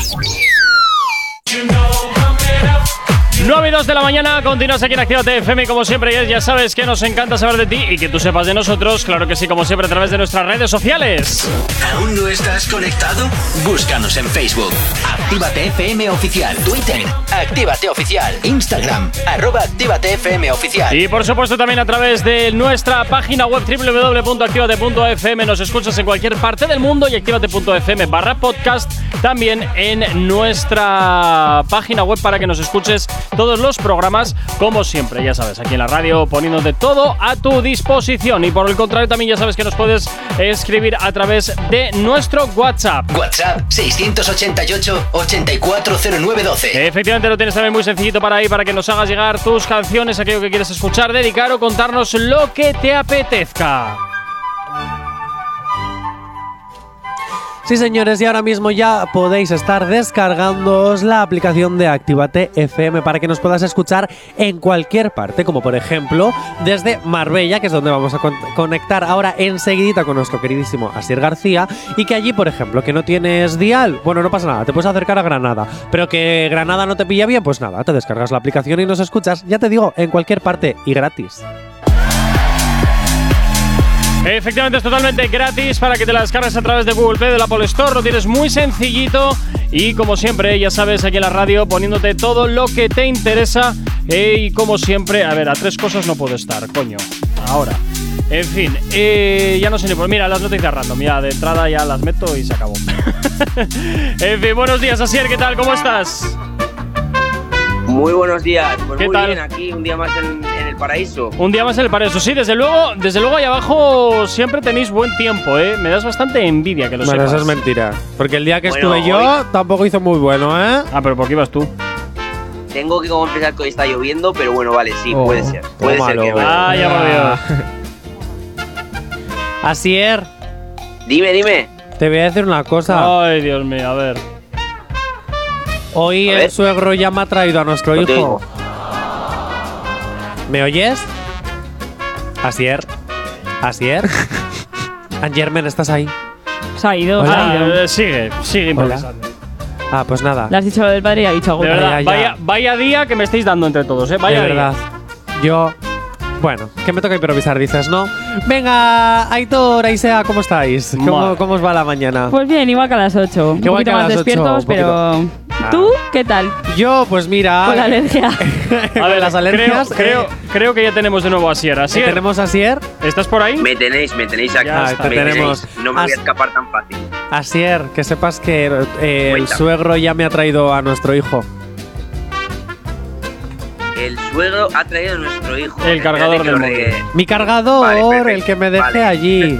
S1: 9 y 2 de la mañana, continúas aquí en Actívate FM como siempre Yes, ya sabes que nos encanta saber de ti y que tú sepas de nosotros, claro que sí, como siempre a través de nuestras redes sociales.
S4: ¿Aún no estás conectado? Búscanos en Facebook. Actívate FM Oficial. Twitter. Actívate Oficial. Instagram. Arroba Actívate FM Oficial.
S1: Y por supuesto también a través de nuestra página web www.activate.fm nos escuchas en cualquier parte del mundo y activate.fm barra podcast también en nuestra página web para que nos escuches todos los programas como siempre, ya sabes, aquí en la radio poniéndote todo a tu disposición y por el contrario también ya sabes que nos puedes escribir a través de nuestro WhatsApp.
S4: WhatsApp 688
S1: Eh.
S4: 840912.
S1: Efectivamente, lo tienes también muy sencillito para ahí, para que nos hagas llegar tus canciones, aquello que quieres escuchar, dedicar o contarnos lo que te apetezca.
S3: Sí, señores, y ahora mismo ya podéis estar descargándoos la aplicación de Actívate FM para que nos puedas escuchar en cualquier parte, como por ejemplo desde Marbella, que es donde vamos a con- conectar ahora enseguidita con nuestro queridísimo Asier García, y que allí, por ejemplo, que no tienes dial, bueno, no pasa nada, te puedes acercar a Granada, pero que Granada no te pilla bien, pues nada, te descargas la aplicación y nos escuchas, ya te digo, en cualquier parte y gratis.
S1: Efectivamente, es totalmente gratis para que te la descargues a través de Google Play, del Apple Store. Lo tienes muy sencillito. Y como siempre, ya sabes, aquí en la radio poniéndote todo lo que te interesa. Eh, y como siempre, a ver, a tres cosas no puedo estar, coño. Ahora. En fin, eh, ya no sé ni por. Mira, las noticias random. Ya de entrada ya las meto y se acabó. en fin, buenos días, Asier, ¿qué tal? ¿Cómo estás?
S6: Muy buenos días, pues
S1: ¿Qué
S6: muy
S1: tal?
S6: bien, aquí un día más en, en el paraíso.
S1: Un día más en el paraíso. Sí, desde luego, desde luego ahí abajo siempre tenéis buen tiempo, ¿eh? Me das bastante envidia que lo
S3: Bueno,
S1: sepas.
S3: eso es mentira, porque el día que
S6: Bueno,
S3: estuve yo
S6: hoy-
S3: tampoco hizo muy bueno, ¿eh?
S1: Ah, pero ¿por qué ibas tú?
S6: Tengo que confesar que hoy está lloviendo, pero bueno, vale, sí,
S5: Oh,
S6: puede ser. Puede ser
S3: tómalo.
S6: que
S1: Ah, ya por Dios.
S3: Asier.
S6: Dime, dime.
S3: Te voy a decir una cosa.
S1: Ay, Dios mío, a ver.
S3: Hoy
S6: A
S3: el
S6: ver.
S3: suegro ya me ha traído a nuestro
S6: No te
S3: hijo.
S6: oigo.
S3: ¿Me oyes? Asier. Asier. Angermen, ¿estás ahí?
S2: Se ha ido, se ha ido.
S1: Ah, eh, sigue, sigue improvisando.
S3: Ah, pues nada.
S2: Le has dicho lo del padre y ha dicho algo.
S1: De verdad,
S3: ya, ya.
S1: vaya, vaya día que me estáis dando entre todos, ¿eh? Vaya
S3: de verdad. Yo. Bueno, que me toca improvisar, dices, ¿no? Venga, Aitor, Aisea, ¿cómo estáis? ¿Cómo,
S1: Madre.
S3: cómo os va la mañana?
S2: Pues bien, igual que a las 8. Un
S3: Igual que
S2: poquito
S3: a
S2: más
S3: las ocho,
S2: despiertos,
S3: un
S2: pero.
S3: Ah.
S2: ¿Tú qué tal?
S3: Yo, pues mira.
S2: Con la alergia.
S1: día. A ver,
S3: las
S1: creo-
S3: alergias.
S1: Creo,
S3: eh,
S1: creo que ya tenemos de nuevo a Sierra.
S3: que
S1: Sier,
S3: tenemos a Asier.
S1: ¿estás por ahí?
S6: Me tenéis, me tenéis aquí.
S1: Ya está.
S6: me
S3: Te tenemos.
S6: No me voy a
S3: Has-
S6: escapar tan fácil.
S3: Asier, que sepas que eh, el
S6: Cuenta.
S3: suegro ya me ha traído a nuestro hijo.
S6: El suegro ha traído a nuestro hijo.
S1: El cargador
S6: Espérate que
S1: del
S6: lo
S1: móvil.
S6: regue-
S3: Mi cargador,
S6: Vale, perfecto.
S3: el que me dejé
S6: Vale.
S3: allí.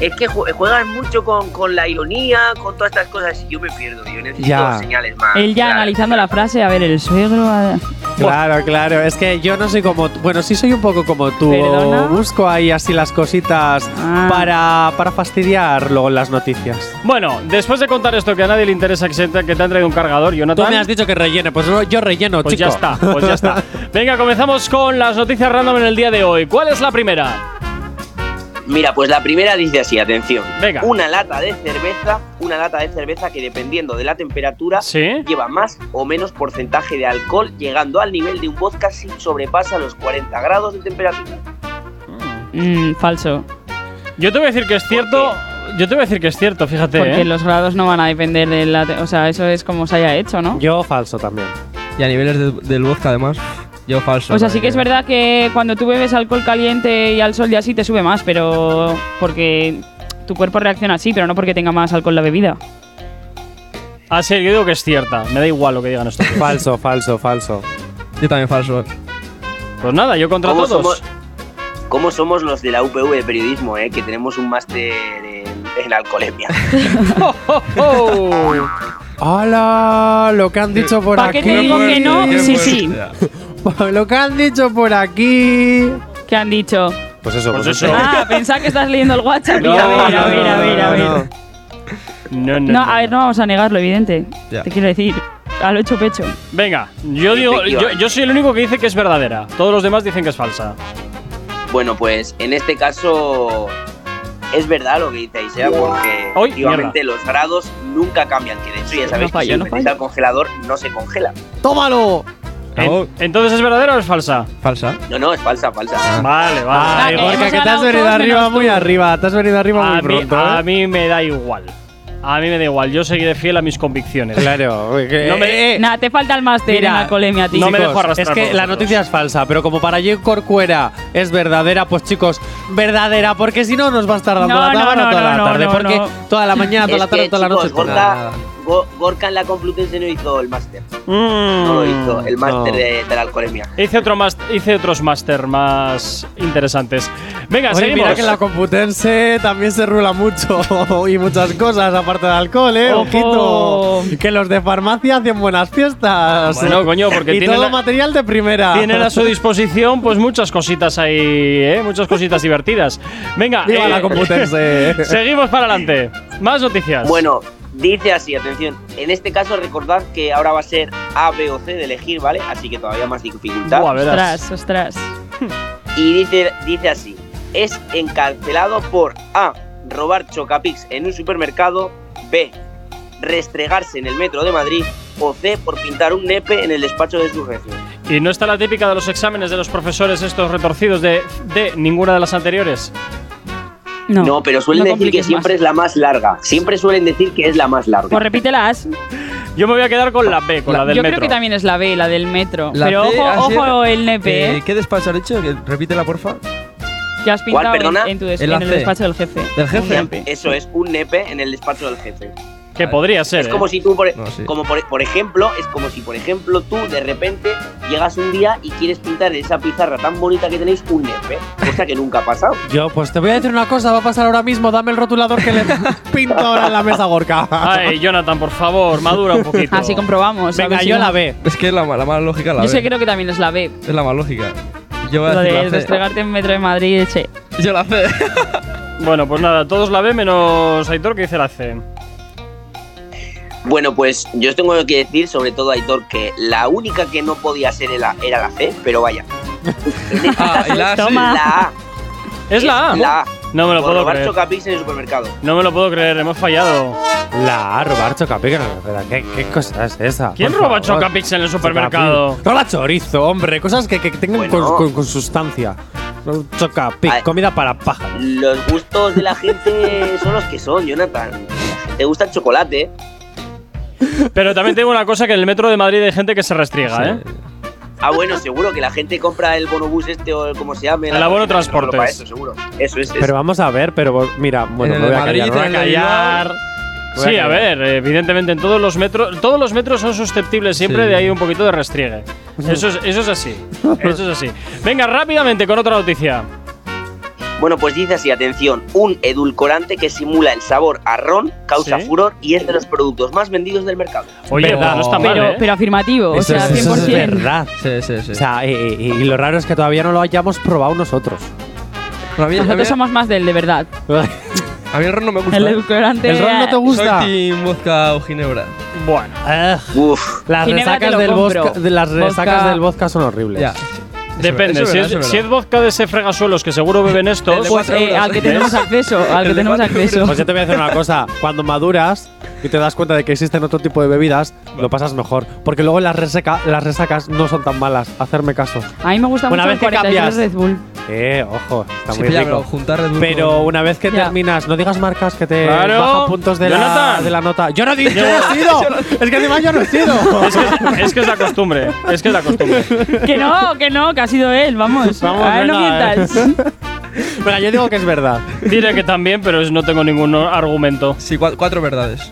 S6: es que jue- juegan mucho con, con la ironía, con todas estas cosas. y Yo me pierdo, yo necesito
S3: Ya.
S6: señales más.
S2: Él ya
S6: claras.
S2: analizando la frase, a ver, el suegro. a-
S3: Claro, claro. Es que yo no soy como. t- Bueno, sí soy un poco como tú.
S2: ¿Perdona?
S3: Busco ahí así las cositas
S2: Ah.
S3: para, para fastidiar luego las noticias.
S1: Bueno, después de contar esto que a nadie le interesa que, se- que te han traído un cargador,
S3: Tú
S1: Jonathan.
S3: me has dicho que rellene. Pues no, yo relleno,
S1: pues
S3: chico.
S1: ya está, pues ya está. Venga, comenzamos con las noticias random en el día de hoy. ¿Cuál es la primera?
S6: Mira, pues la primera dice así, atención.
S1: Venga.
S6: Una lata de cerveza, una lata de cerveza que dependiendo de la temperatura
S1: ¿Sí?
S6: lleva más o menos porcentaje de alcohol, llegando al nivel de un vodka si sobrepasa los 40 grados de temperatura.
S2: Mm, falso.
S1: Yo te voy a decir que es cierto. Yo te voy a decir que es cierto, fíjate.
S2: Porque
S1: ¿eh?
S2: los grados no van a depender de la. te- O sea, eso es como se haya hecho, ¿no?
S3: Yo falso también.
S5: Y a niveles de- del vodka, además, yo falso.
S2: O sea, sí que es verdad que cuando tú bebes alcohol caliente y al sol y así te sube más, pero porque tu cuerpo reacciona así, pero no porque tenga más alcohol la bebida.
S1: Ah, sí, yo digo que es cierta. Me da igual lo que digan estos.
S3: Falso, falso, falso.
S5: Yo también falso.
S1: Pues nada, yo contra
S6: ¿Cómo
S1: todos.
S6: somos, cómo somos los de la UPV de periodismo, eh? Que tenemos un máster en, en alcoholemia.
S3: ¡Hala! Lo que han dicho por
S2: ¿Para
S3: aquí.
S2: qué te digo que no?
S5: Qué
S2: Sí, sí.
S3: Lo que han dicho por aquí.
S2: ¿Qué han dicho?
S3: Pues eso,
S1: Pues
S3: pues,
S1: eso.
S3: eso.
S2: Ah, pensaba que estás leyendo el WhatsApp.
S1: No,
S2: Mira, mira,
S1: no, no,
S2: mira,
S1: no,
S2: mira,
S1: no,
S2: mira.
S1: No, no,
S2: No,
S1: no.
S2: a ver, no vamos a negarlo, evidente.
S5: Ya.
S2: Te quiero decir, a lo hecho pecho.
S1: Venga, yo digo, yo, yo soy el único que dice que es verdadera. Todos los demás dicen que es falsa.
S6: bueno, pues en este caso es verdad lo que dice Isea, porque
S1: Ay,
S6: efectivamente los grados nunca cambian. Que de hecho ya sabéis
S2: No falla,
S6: que si
S2: no
S6: metéis
S2: falla.
S6: al congelador no se congela.
S3: ¡Tómalo!
S1: En-
S5: Bravo.
S1: Entonces es verdadera o es falsa.
S5: Falsa.
S6: No, no, es falsa, falsa.
S1: Vale, vale.
S3: Ay,
S2: Vale,
S3: Gorka,
S2: hemos
S3: que te has
S2: ganado
S3: venido
S2: todos
S3: arriba
S2: menos
S3: muy
S2: tú.
S3: arriba. Te has venido arriba muy
S1: a, mí,
S3: pronto.
S1: a
S3: ¿eh?
S1: mí me da igual. A mí me da igual. Yo seguiré fiel a mis convicciones.
S3: Claro.
S1: No me-
S3: eh,
S2: Nada, te falta el máster en
S3: Mira,
S2: alcoholemia, tío.
S1: no me
S3: Chicos,
S1: dejo arrastrar
S3: Es que
S1: por
S3: la
S1: vosotros.
S3: noticia es falsa, pero como para Jake Corcuera es verdadera, pues chicos, verdadera, porque si no nos va a estar dando
S2: No,
S3: la
S2: no,
S3: tabla
S2: no,
S3: toda la
S2: no,
S3: tarde,
S2: no,
S3: porque
S2: no.
S3: toda la mañana, Ah, toda
S6: Es
S3: la tarde,
S6: que,
S3: toda la
S6: chicos,
S3: noche.
S6: Gorka,
S3: toda-
S5: nada.
S6: Go- Gorka en la Complutense no hizo el máster.
S1: Mm.
S6: No lo hizo, el máster
S3: no.
S6: de, de la alcoholemia.
S1: Hice, otro más, hice otros máster más interesantes. Venga,
S3: Oye,
S1: seguimos.
S3: mira que en la Computense también se rula mucho y muchas cosas aparte de alcohol, ¿eh?
S2: Ojo.
S3: Ojito. Que los de farmacia hacen buenas fiestas.
S1: Bueno, coño, porque
S3: y
S1: tienen
S3: todo
S1: la-
S3: material de primera.
S1: Tienen a su disposición pues muchas cositas ahí, ¿eh? muchas cositas divertidas. Venga,
S3: Viva
S1: eh,
S3: la Computense.
S1: seguimos para adelante. Más noticias.
S6: Bueno, dice así, atención. En este caso, recordad que ahora va a ser A, B o C de elegir, ¿vale? Así que todavía más dificultad.
S1: Buah, verás.
S2: Ostras, ostras.
S6: Y dice, dice así: es encarcelado por A. Robar chocapix en un supermercado. B. Restregarse en el metro de Madrid. O C. Por pintar un nepe en el despacho de su jefe.
S1: ¿Y no está la típica de los exámenes de los profesores estos retorcidos de, de ninguna de las anteriores?
S2: No,
S6: No, pero suelen
S2: no
S6: decir que
S2: compliques
S6: siempre
S2: más.
S6: es la más larga. Siempre suelen decir que es la más larga.
S2: Pues repítelas.
S1: Yo me voy a quedar con la B, con la, del
S2: Yo
S1: metro.
S2: creo que también es la B, la del metro.
S5: La
S2: pero
S5: C ha
S2: ojo,
S5: sido-
S2: ojo el nepe,
S5: Eh,
S2: ¿eh?
S5: ¿Qué despacho has dicho? Que- Repítela, porfa.
S2: Que has
S6: ¿Cuál,
S2: pintado en,
S6: perdona?
S2: en tu des-
S5: En
S2: en
S5: la
S2: el
S5: C.
S2: despacho del jefe.
S5: ¿Del jefe?
S2: Un nepe.
S6: Eso es un nepe en el despacho del jefe.
S1: Que podría ser.
S6: Es
S1: ¿eh?
S6: como si tú, por,
S5: No, sí.
S6: como por, por ejemplo, es como si, por ejemplo, tú de repente llegas un día y quieres pintar en esa pizarra tan bonita que tenéis un nepe, cosa que nunca ha pasado.
S3: Yo, pues te voy a decir una cosa, va a pasar ahora mismo, dame el rotulador que le pinto ahora en la mesa Gorka.
S1: Ay, Jonathan, por favor, madura un poquito.
S2: Así Ah, comprobamos. a
S3: Venga,
S2: ver si
S3: yo
S2: no-
S3: la B.
S5: Es que es la, ma- la más lógica la
S2: Yo
S5: B.
S2: sé, creo que también es la B.
S5: Es la más lógica. Yo voy a
S2: Lo
S5: decir
S2: de
S5: la C.
S2: restregarte en metro de Madrid, che.
S5: Yo la C.
S1: Bueno, pues nada, todos la B menos Aitor que dice la C.
S6: Bueno, pues yo os tengo que decir, sobre todo Aitor, que la única que no podía ser era, era la C, pero vaya.
S5: Ah, y la A, sí.
S2: Toma.
S6: La A.
S1: ¿Es la A?
S6: La A.
S1: No me lo
S6: por
S1: puedo
S6: robar
S1: creer.
S6: chocapis en el supermercado.
S1: No me lo puedo creer, hemos fallado.
S3: La A, robar chocapic. no, espera, ¿Qué, ¿Qué cosa es esa?
S1: ¿Quién
S3: Por
S1: roba
S3: favor.
S1: Chocapix en el supermercado?
S3: Chocapic. Roba chorizo, hombre. Cosas que, que tengan
S6: Bueno.
S3: con, con- con sustancia. Chocapic,
S6: Ay.
S3: comida para pájaros.
S6: Los gustos de la gente son los que son, Jonathan. Te gusta el chocolate,
S1: Pero también tengo una cosa que en el metro de Madrid hay gente que se restriega, ¿eh?
S6: Ah, bueno, seguro que la gente compra el bonobús este o el- como se llame.
S1: El abono transportes.
S6: Para eso, seguro. Eso es. eso.
S3: Pero vamos a ver, pero vos- mira, bueno,
S5: En
S3: me
S5: el
S3: voy a
S5: Madrid,
S3: callar. me voy a
S5: en el
S3: callar. Voy
S1: Sí,
S3: a
S1: a ver, evidentemente en todos los metros, todos los metros son susceptibles siempre
S5: Sí.
S1: de ahí un poquito de restriegue. Eso es, eso es así. Eso es así. Venga, rápidamente con otra noticia.
S6: Bueno, pues dice así, atención, un edulcorante que simula el sabor a ron causa
S1: ¿Sí?
S6: furor y es de los productos más vendidos del mercado.
S1: Oye,
S3: Verdad.
S1: no está mal,
S2: Pero,
S1: ¿eh?
S2: pero afirmativo, o
S3: Eso
S2: sea,
S3: es-
S2: 100%.
S3: eso es verdad.
S5: Sí, sí, sí.
S3: O sea, y, y- y lo raro es que todavía no lo hayamos probado nosotros.
S5: Pero a, mí, a mí-
S2: Nosotros somos más del de verdad.
S5: a mí el ron no me gusta.
S2: El
S5: ¿eh?
S2: edulcorante.
S3: ¿El ron no te gusta?
S5: Soy team vodka o ginebra.
S1: Bueno,
S3: Ugh,
S6: Uf,
S3: las
S2: Ginebra te
S3: resacas,
S2: lo
S3: del
S2: compro.
S3: vodka, de las resacas
S5: Vodka-
S3: del vodka son
S2: Pues
S3: horribles.
S5: Ya.
S1: depende.
S5: Eso
S1: si,
S5: es
S1: es,
S5: verdad, eso
S1: si
S5: es
S1: es vodka de ese fregasuelos que seguro beben estos,
S5: de
S2: Pues
S5: cuatro
S2: eh,
S5: euros.
S2: al que tenemos
S5: ¿Ves?
S2: acceso, al que
S5: El de
S2: tenemos
S5: cuatro
S2: acceso.
S3: Pues yo te voy a decir una cosa. Cuando maduras y te das cuenta de que existen otro tipo de bebidas, lo pasas mejor. Porque luego las, reseca- las resacas no son tan malas. Hacerme caso.
S2: A mí me gusta
S3: Una
S2: mucho
S3: vez
S2: el
S3: que
S2: 43
S3: cambias.
S2: Red Bull.
S3: Eh, ojo, está
S5: Sí,
S3: muy
S5: pero ya, pero
S3: rico.
S5: juntar Red Bull
S3: Pero
S5: con-
S3: una vez que
S2: Ya.
S3: terminas, no digas marcas que te
S1: Claro.
S3: bajan puntos de la,
S1: Jonathan.
S3: de la nota. Yo no he dicho, yo no he sido. es que encima yo no he sido.
S1: es, que, es que es la costumbre. Es que es la costumbre.
S2: Que no, que no, que ha sido él, vamos.
S3: Vamos,
S2: a ver, no
S3: venga,
S2: mientas.
S3: Bueno, yo digo que es verdad.
S1: Diré que también, pero es- no tengo ningún argumento.
S5: Sí, cua- cuatro verdades.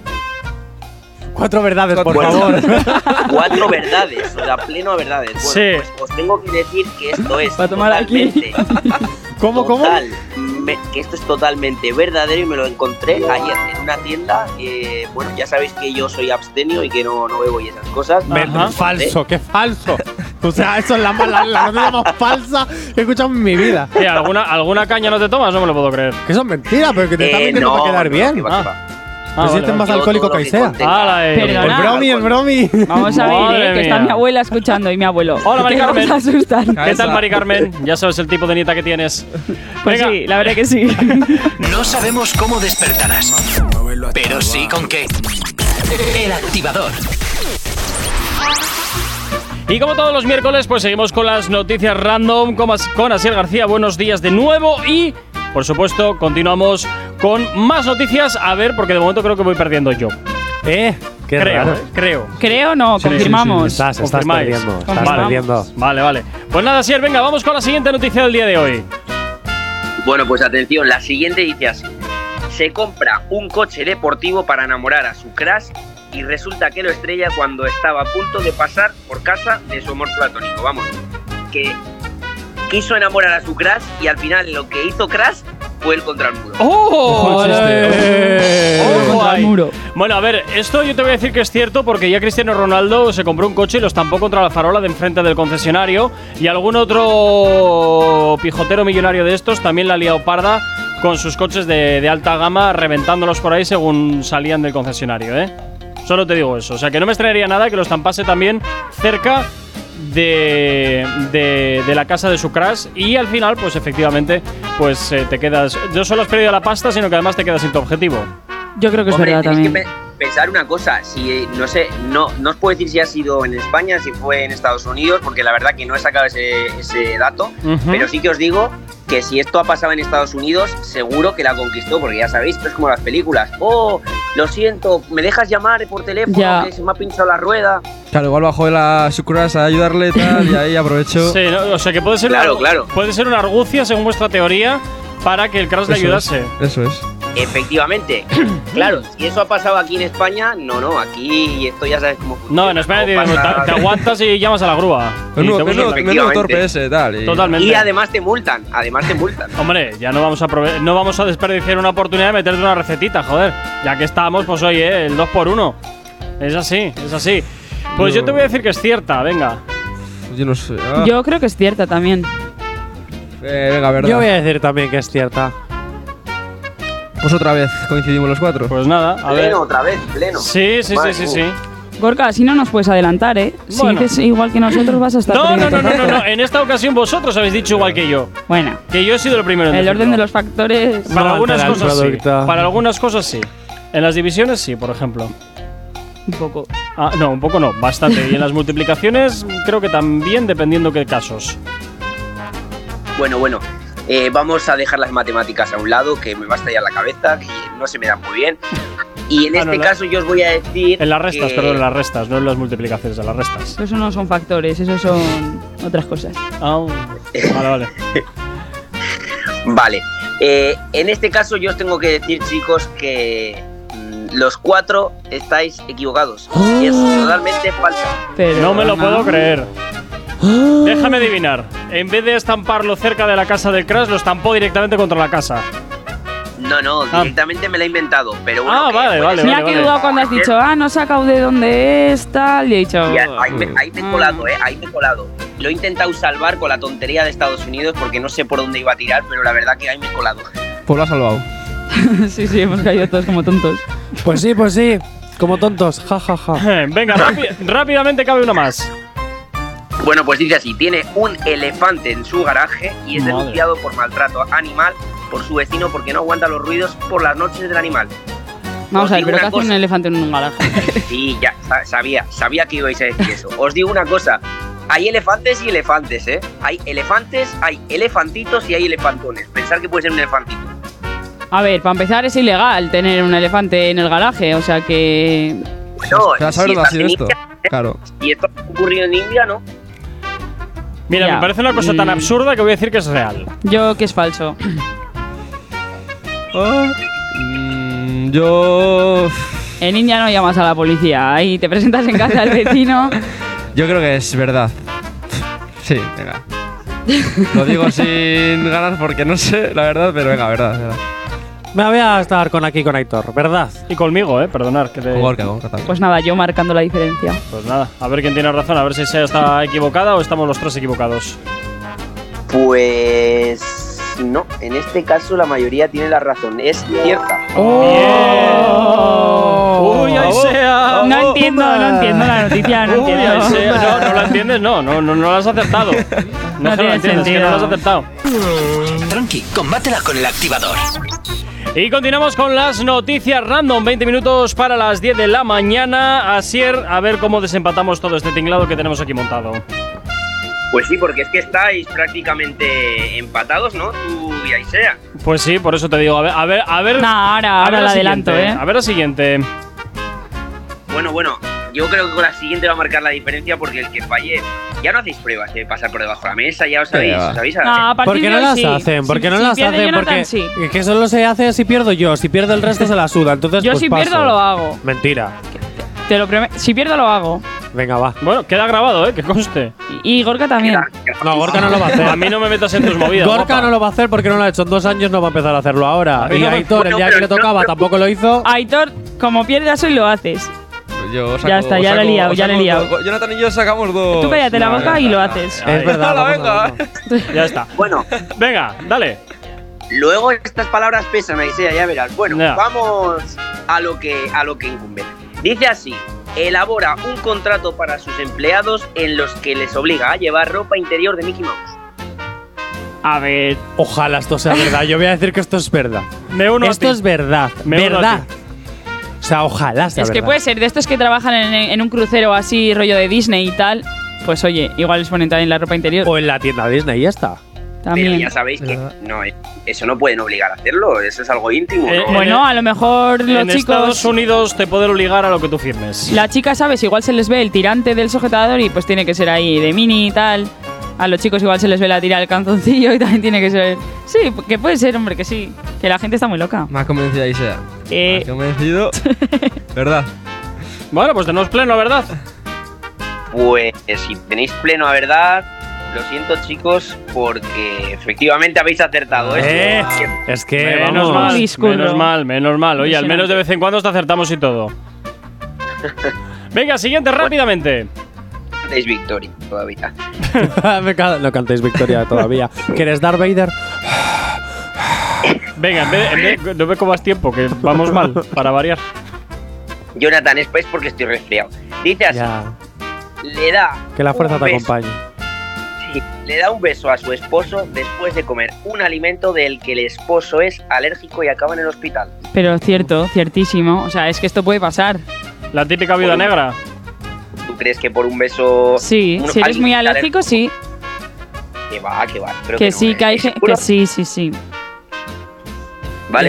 S3: Cuatro verdades, por
S6: Bueno.
S3: favor.
S6: cuatro verdades, o sea, pleno a verdades. Bueno,
S1: Sí.
S6: pues os tengo que decir que esto es
S2: Va a tomar aquí.
S6: totalmente,
S3: ¿Cómo, cómo?
S6: total- me- que esto es totalmente verdadero y me lo encontré ayer en una tienda. eh, bueno, ya sabéis que yo soy abstenio y que no, no bebo y esas cosas. Eh,
S3: Me-
S1: Ajá.
S3: falso, qué falso. O sea, eso es la, la, la noticia más falsa que he escuchado en mi vida.
S1: Eh, ¿alguna, ¿Alguna caña no te tomas? No me lo puedo creer.
S3: Que eso es mentira, pero que te están
S6: Eh,
S3: mintiendo para quedar
S6: no,
S3: bien.
S6: que va, que
S1: Ah.
S6: va.
S1: Ah,
S3: Te
S1: vale,
S3: sientes
S1: vale.
S3: más
S6: Yo
S3: alcoholo
S6: todo lo
S3: que
S6: que
S3: sea.
S6: contenga
S1: Ala, eh.
S2: Perdona.
S3: El bromi, el bromi.
S2: Vamos a ver,
S1: Madre
S2: eh, que está
S1: mía.
S2: mi abuela escuchando y mi abuelo.
S1: Hola, Mari
S2: Que vamos
S1: Carmen.
S2: a asustar.
S1: ¿Qué tal,
S5: Cabeza.
S1: Mari Carmen? Ya sabes el tipo de nieta que tienes.
S2: Pues
S1: Venga.
S2: sí, la verdad que sí.
S4: No sabemos cómo despertarás, pero sí con qué. El activador.
S1: Y como todos los miércoles, pues seguimos con las noticias random con As- con Asier García. Buenos días de nuevo y, por supuesto, continuamos con más noticias. A ver, porque de momento creo que voy perdiendo yo.
S3: Eh, qué
S1: creo,
S3: raro.
S1: ¿eh? creo.
S2: Creo no,
S1: Sí,
S2: confirmamos.
S3: Estás, estás
S1: Confirmáis.
S3: perdiendo. Estás
S2: Confirmamos.
S3: perdiendo.
S1: Vale, vale. Pues nada, Asier, venga, vamos con la siguiente noticia del día de hoy.
S6: Bueno, pues atención, la siguiente dice así. Se compra un coche deportivo para enamorar a su crush y resulta que lo estrella cuando estaba a punto de pasar por casa de su amor platónico. Vamos, que quiso enamorar a su crush y al final lo que hizo crush fue el contra el muro.
S1: ¡Oh!
S3: ¡Ole!
S1: Ojo
S2: Contra el
S1: ahí.
S2: muro.
S1: Bueno, a ver, esto yo te voy a decir que es cierto porque ya Cristiano Ronaldo se compró un coche y lo estampó contra la farola de enfrente del concesionario y algún otro pijotero millonario de estos también la ha liado parda con sus coches de, de alta gama reventándolos por ahí según salían del concesionario, ¿eh? Solo te digo eso, o sea que no me extrañaría nada que lo estampase también cerca de, de, de la casa de su crush y al final pues efectivamente pues eh, te quedas, no solo has perdido la pasta sino que además te quedas sin tu objetivo.
S2: Yo creo que es
S6: Hombre,
S2: verdad
S6: tenéis
S2: también.
S6: que pe- pensar una cosa, si eh, no sé, no, no os puedo decir si ha sido en España, si fue en Estados Unidos, porque la verdad que no he sacado ese, ese dato,
S1: Ujú.
S6: Pero sí que os digo que si esto ha pasado en Estados Unidos, seguro que la conquistó, porque ya sabéis, esto es como las películas. Oh, lo siento, ¿me dejas llamar por teléfono?
S2: Ya.
S6: Que se me ha pinchado la rueda.
S5: Claro, igual bajo de la Sucuras a ayudarle tal, y ahí aprovecho.
S1: Sí, no, o sea que puede ser,
S6: Claro,
S1: una,
S6: claro.
S1: puede ser una argucia, según vuestra teoría, para que el Crash le
S5: Eso es,
S1: ayudase.
S5: Eso es.
S6: Efectivamente. claro, si eso ha pasado aquí en España, no, no, aquí esto ya sabes cómo funciona.
S1: No, en España
S6: no
S1: te, digo,
S6: pasa
S1: te- te
S6: nada.
S1: aguantas y llamas a la grúa. Y
S5: Menudo,
S1: te buscas
S5: menudo,
S1: la-
S6: efectivamente.
S5: menudo torpe ese, tal. y-
S1: Totalmente.
S6: Y además te multan, además te multan.
S1: Hombre, ya no vamos a prove- no vamos a desperdiciar una oportunidad de meterte una recetita, joder. Ya que estamos, pues oye, el 2x1. Es así, es así. Pues yo te voy a decir que es cierta, venga.
S5: Yo no sé. ah.
S2: Yo creo que es cierta también.
S5: Eh, venga, verdad.
S3: Yo voy a decir también que es cierta.
S5: Pues otra vez coincidimos los cuatro.
S1: Pues nada, a ver.
S6: pleno, otra vez, pleno.
S1: Sí, sí, sí,
S6: Vale,
S1: sí,
S6: uh.
S1: sí.
S2: Gorka, si no nos puedes adelantar, ¿eh? Si
S1: Bueno.
S2: dices igual que nosotros vas a estar
S1: No, no,
S2: perdiendo
S1: no, no, no,
S2: todo.
S1: no. En esta ocasión vosotros habéis dicho igual que yo.
S2: Bueno,
S1: Que yo he sido el primero en
S2: el
S1: decirlo.
S2: orden de los factores...
S1: Para
S3: No
S1: algunas
S3: alterar el
S1: cosas sí.
S3: producto.
S1: Para algunas cosas sí. En las divisiones sí, por ejemplo.
S2: Un poco.
S1: Ah, no, un poco no, bastante. y en las multiplicaciones creo que también dependiendo qué casos.
S6: Bueno, bueno. eh, vamos a dejar las matemáticas a un lado, que me va a estallar la cabeza, que no se me dan muy bien. Y en
S1: Ah, no,
S6: este
S1: la-
S6: caso yo os voy a decir...
S1: En las restas,
S6: que-
S1: perdón, en las restas, no en las multiplicaciones, en las restas.
S2: Eso no son factores, eso son otras cosas.
S1: Ah, vale, vale.
S6: Vale. Eh, en este caso yo os tengo que decir, chicos, que mm, los cuatro estáis equivocados.
S1: ¡Oh!
S6: Y es totalmente falsa.
S2: Pero Ah.
S1: No me lo puedo creer. Déjame adivinar. en vez de estamparlo cerca de la casa del Crash, lo estampó directamente contra la casa.
S6: No, no,
S1: Ah.
S6: directamente me la he inventado. Pero bueno,
S1: Ah,
S6: que
S1: vale,
S6: puede
S1: vale,
S6: ser.
S2: Me ha
S1: vale.
S2: quedado cuando has dicho, ah, no he sacado de dónde es, tal, y he dicho.
S6: Y
S5: Ah,
S6: ahí, me, ahí me he colado, eh, ahí me he colado. Lo he intentado salvar con la tontería de Estados Unidos porque no sé por dónde iba a tirar, pero la verdad que ahí me he colado.
S5: Pues lo ha salvado.
S2: sí, sí, hemos caído todos como tontos.
S3: Pues sí, pues sí. Como tontos, ja, ja, ja.
S1: Venga, rápi- rápidamente cabe una más.
S6: Bueno, pues dice así, tiene un elefante en su garaje y es
S1: Madre.
S6: denunciado por maltrato animal por su vecino porque no aguanta los ruidos por las noches del animal.
S2: Vamos
S6: Os
S2: a ver, pero ¿qué
S6: digo una
S2: hace un
S6: cosa.
S2: elefante en un garaje?
S6: Sí, ya, sa- sabía, sabía que ibais a decir eso. Os digo una cosa, hay elefantes y elefantes, ¿eh? Hay elefantes, hay elefantitos y hay elefantones. Pensar que puede ser un elefantito.
S2: A ver, para empezar es ilegal tener un elefante en el garaje, o sea que.
S6: No,
S5: ¿Te vas a ver dónde ha sido esto? Claro.
S6: Y esto ha ocurrido en India, ¿no?
S1: Mira,
S2: Ya.
S1: me parece una cosa tan
S2: Mm.
S1: absurda que voy a decir que es real.
S2: Yo que es falso.
S5: Mm, yo.
S2: En India no llamas a la policía, ahí te presentas en casa del vecino.
S5: Yo creo que es verdad. Sí, venga. Lo digo sin ganas porque no sé, la verdad, pero venga, verdad, verdad.
S3: Me voy a estar con aquí con Aitor, ¿verdad?
S1: Y conmigo, eh, perdonar que te.
S5: Con Gorka, con Gorka también.
S2: Pues nada, yo marcando la diferencia.
S1: Pues nada, a ver quién tiene razón, a ver si se está equivocada o estamos los tres equivocados.
S6: Pues no, en este caso la mayoría tiene la razón, es cierta.
S1: Oh. ¡Bien! ¡Uy, ahí sea!
S2: Oh. No entiendo, no entiendo la noticia, no
S1: Ah, oh, Uy, ahí
S2: entiendo.
S1: sea. No, no la entiendes, no, no, no, no la has acertado. No, es que no la
S2: tiene
S1: entiendes, es que no la has
S2: sentido.
S1: acertado.
S4: Tranqui, combátela con el activador.
S1: Y continuamos con las noticias random. 20 minutos para las 10 de la mañana. Asier, a ver cómo desempatamos todo este tinglado que tenemos aquí montado.
S6: Pues sí, porque es que estáis prácticamente empatados, ¿no? Tú y Aisea.
S1: Pues sí, por eso te digo. A ver, a ver. A ver
S2: Nah, ahora,
S1: a ver
S2: ahora la
S1: siguiente,
S2: adelanto, eh.
S1: A ver la siguiente.
S6: Bueno, bueno, yo creo que con la siguiente va a marcar la diferencia porque el que falle ya no hacéis pruebas de pasar por debajo de la mesa, ya os
S5: Sí,
S6: habéis,
S5: va.
S6: os habéis
S2: No, a partir
S3: Porque
S2: de
S3: no
S2: hoy
S3: las
S2: sí.
S3: hacen,
S2: Si-
S3: porque no
S2: si
S3: las
S2: pierde
S3: hacen,
S2: Jonathan,
S3: porque
S2: sí.
S3: es que solo se hace si pierdo yo, si pierdo el resto se la suda, entonces
S2: Yo
S3: pues
S2: si
S3: paso.
S2: pierdo lo hago.
S3: Mentira.
S2: Te lo prometo. Si pierdo lo hago.
S3: Venga, va.
S1: Bueno, queda grabado, eh, que conste.
S2: Y y Gorka también.
S3: No, Gorka no lo va a
S1: A
S3: hacer.
S1: mí no me metas en tus movidas.
S3: Gorka
S1: guapa.
S3: no lo va a hacer porque no lo ha hecho en dos años, no va a empezar a hacerlo ahora.
S1: A mí
S3: Y
S1: no me-
S3: Aitor, el
S6: Bueno,
S3: día que
S6: pero
S3: le
S6: yo-
S3: tocaba, tampoco lo hizo.
S2: Aitor, como pierdas hoy lo haces.
S5: Pues Yo
S2: Ya está, ya la he liado, ya la he liado.
S5: dos- Jonathan y yo sacamos dos.
S1: Pues
S2: Tú cállate la boca y lo haces.
S1: Ahí.
S3: Es verdad.
S5: Hala,
S3: vamos a
S5: venga.
S3: verlo.
S1: Ya está.
S6: Bueno,
S1: Venga, dale.
S6: luego estas palabras pesan, Aisea, ya verás. Bueno,
S1: Ya.
S6: vamos a lo que a lo que incumbe. Dice así: elabora un contrato para sus empleados en los que les obliga a llevar ropa interior de Mickey Mouse.
S1: A ver.
S3: Ojalá esto sea verdad. Yo voy a decir que esto es verdad.
S1: Me uno a
S3: Esto
S1: ti.
S3: es verdad.
S1: Me uno a
S3: verdad. O sea, ojalá sea
S2: Es que
S3: verdad.
S2: puede ser de estos que trabajan en, en un crucero así, rollo de Disney y tal. Pues oye, igual les ponen también la ropa interior.
S3: O en la tienda Disney, ya está.
S2: También.
S6: Pues, Pero ya sabéis que
S5: ¿Verdad?
S6: no, eh, eso no pueden obligar a hacerlo, eso es algo íntimo.
S1: Eh,
S6: ¿no?
S1: eh.
S2: Bueno, a lo mejor los
S1: en Estados
S2: chicos.
S1: Unidos te pueden obligar a lo que tú firmes.
S2: La chica, ¿sabes? Igual se les ve el tirante del sujetador y pues tiene que ser ahí de mini y tal. A los chicos igual se les ve la tira del canzoncillo y también tiene que ser. Sí, que puede ser, hombre, que sí. Que la gente está muy loca.
S5: Me ha convencido ahí sea. Me
S2: Eh,
S5: ha convencido. ¿Verdad?
S1: Ah. Bueno, pues tenemos pleno, ¿verdad?
S6: Pues si tenéis pleno a verdad, lo siento chicos, porque efectivamente habéis acertado. ¿eh?
S1: Eh.
S3: Es que
S1: menos
S3: vamos.
S1: mal,
S2: Disculpa.
S1: menos mal, menos mal. Oye, al menos de vez en cuando te acertamos y todo. Venga, siguiente rápidamente.
S6: Es victoria todavía.
S3: Me cago- no cantéis victoria todavía. ¿Quieres Darth Vader?
S1: Venga, en vez, en vez- no ve cómo vas tiempo, que vamos mal, para variar.
S6: Jonathan, es pues porque estoy resfriado. Dice así,
S3: Ya.
S6: le da...
S3: Que la fuerza
S6: un
S3: te
S6: beso-
S3: acompañe.
S6: sí, le da un beso a su esposo después de comer un alimento del que el esposo es alérgico y acaba en el hospital.
S2: pero cierto, ciertísimo. O sea, es que esto puede pasar.
S1: La típica viuda negra.
S6: ¿Tú crees que por un beso...
S2: Sí,
S6: uno-
S2: si eres
S6: alguien
S2: muy
S6: que está
S2: alérgico, sí.
S6: Que va, que va. creo
S2: Que
S6: no,
S2: sí,
S6: ¿eh?
S2: que hay
S6: ¿Seguro?
S2: gente. Que sí, sí, sí.
S6: Vale,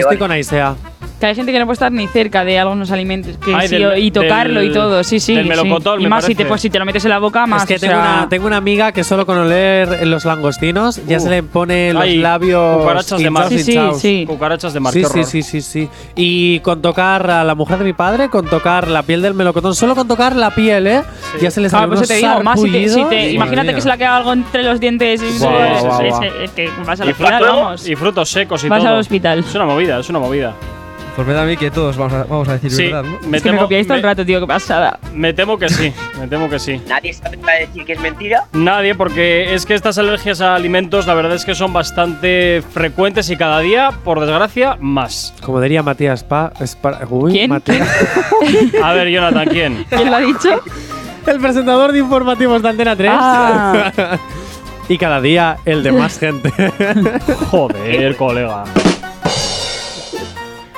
S3: Yo estoy
S6: vale.
S3: con Aisea.
S2: Que hay gente que no puede estar ni cerca de algunos alimentos que
S1: Ay,
S2: sí,
S1: del-
S2: o- y tocarlo
S1: del-
S2: y todo. Sí, sí.
S1: del
S2: sí.
S1: melocotón,
S2: y
S1: me
S2: más si te,
S1: parece.
S2: pues, si te lo metes en la boca, más.
S3: Es que
S2: o
S3: tengo,
S2: sea,
S3: una, tengo una amiga que solo con oler los langostinos ya
S1: Uh.
S3: se le pone los
S1: Ay,
S3: labios
S1: cucarachas de mar.
S3: hinchados,
S2: Sí, sí,
S3: hinchados.
S2: sí.
S1: Cucarachas de mar,
S3: Sí,
S1: qué
S3: sí,
S1: horror.
S3: sí, sí, sí. Y con tocar a la mujer de mi padre, con tocar la piel del melocotón, solo con tocar la piel, ¿eh? Ya se les
S2: Ah,
S3: sale
S2: pues
S3: unos
S2: te digo, más si te, si
S3: sarpullidos.
S2: te-
S3: Madre
S2: imagínate
S3: mía.
S2: que se le ha quedado algo entre los dientes y
S1: Guau,
S2: es-
S1: guau,
S2: es-
S3: guau.
S2: es- es que vas al
S1: Y
S2: hospital,
S1: frutos,
S2: vamos.
S1: y frutos secos y
S2: Vas
S1: todo.
S2: al hospital.
S1: Es una movida, es una movida.
S5: Pues me da a mí que todos vamos a, vamos a decir
S1: Sí,
S5: verdad, ¿no?
S2: Es que me copiáis todo el
S1: me-
S2: rato, tío, qué pasada.
S1: me temo que sí, me temo que sí.
S6: Nadie se atreve a decir que es mentira.
S1: Nadie, porque es que estas alergias a alimentos la verdad es que son bastante frecuentes y cada día, por desgracia, más.
S3: Como diría Matías Pa, es para. Uy,
S2: ¿Quién?
S3: Matías.
S1: A ver, Jonathan, ¿quién?
S2: ¿Quién lo ha dicho?
S3: el presentador de informativos de Antena 3.
S2: Ah.
S3: y cada día el de más gente.
S1: Joder, colega.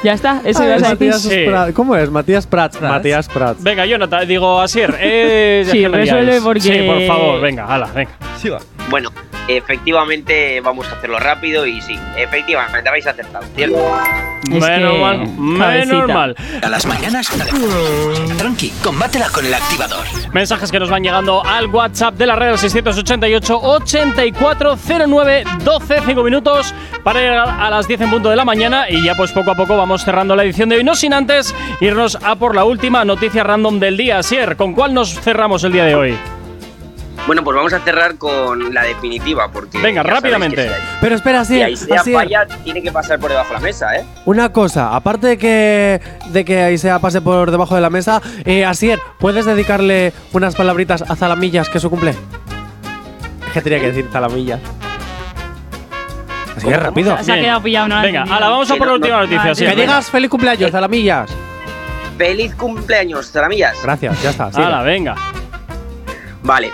S2: ya está, eso
S3: Ay,
S2: ibas a decir.
S3: Matías
S1: Sí.
S3: Prats. ¿Cómo es? Matías Prats.
S5: Prats.
S3: Matías Prats.
S1: Venga, Jonathan, digo, Asier, eh, ya
S2: Sí,
S1: que me liáis.
S2: resuelve porque-
S1: Sí, por favor, venga, hala, venga.
S5: Siga.
S6: Bueno, efectivamente vamos a hacerlo rápido y sí, efectivamente habéis acertado, ¿cierto?
S2: Es
S1: menos
S2: que-
S1: mal, menos
S2: cabecita.
S1: mal.
S4: A las mañanas. Tranqui, combátela con el activador.
S1: Mensajes que nos van llegando al WhatsApp de la red al 688 8409 12 5 minutos para llegar a las 10 en punto de la mañana y ya pues poco a poco vamos cerrando la edición de hoy, no sin antes irnos a por la última noticia random del día. Sier, ¿con cuál nos cerramos el día de hoy?
S6: Bueno, pues vamos a cerrar con la definitiva porque
S1: Venga,
S6: ya sabéis
S1: rápidamente.
S6: que si hay-
S3: Pero espera,
S6: Si
S3: sí.
S6: Aisea
S3: así es.
S6: falla, tiene que pasar por debajo de la mesa, ¿eh?
S3: Una cosa, aparte de que, de que Aisea pase por debajo de la mesa, eh, Asier, ¿puedes dedicarle unas palabritas a Zalamillas, que es su cumple? Es que tenía que decir Zalamillas. Así es rápido.
S2: Se ha
S1: Bien.
S2: quedado pillado, no lo ha
S1: Venga,
S2: entendido.
S1: ahora vamos a por la
S6: Que no-
S1: última
S6: no-
S1: noticia,
S2: Vale.
S1: Sier.
S3: Que
S1: venga.
S3: digas feliz cumpleaños, Zalamillas.
S6: ¡Feliz cumpleaños, Zaramillas!
S3: Gracias, ya está. sigue.
S1: Hala, venga.
S6: Vale,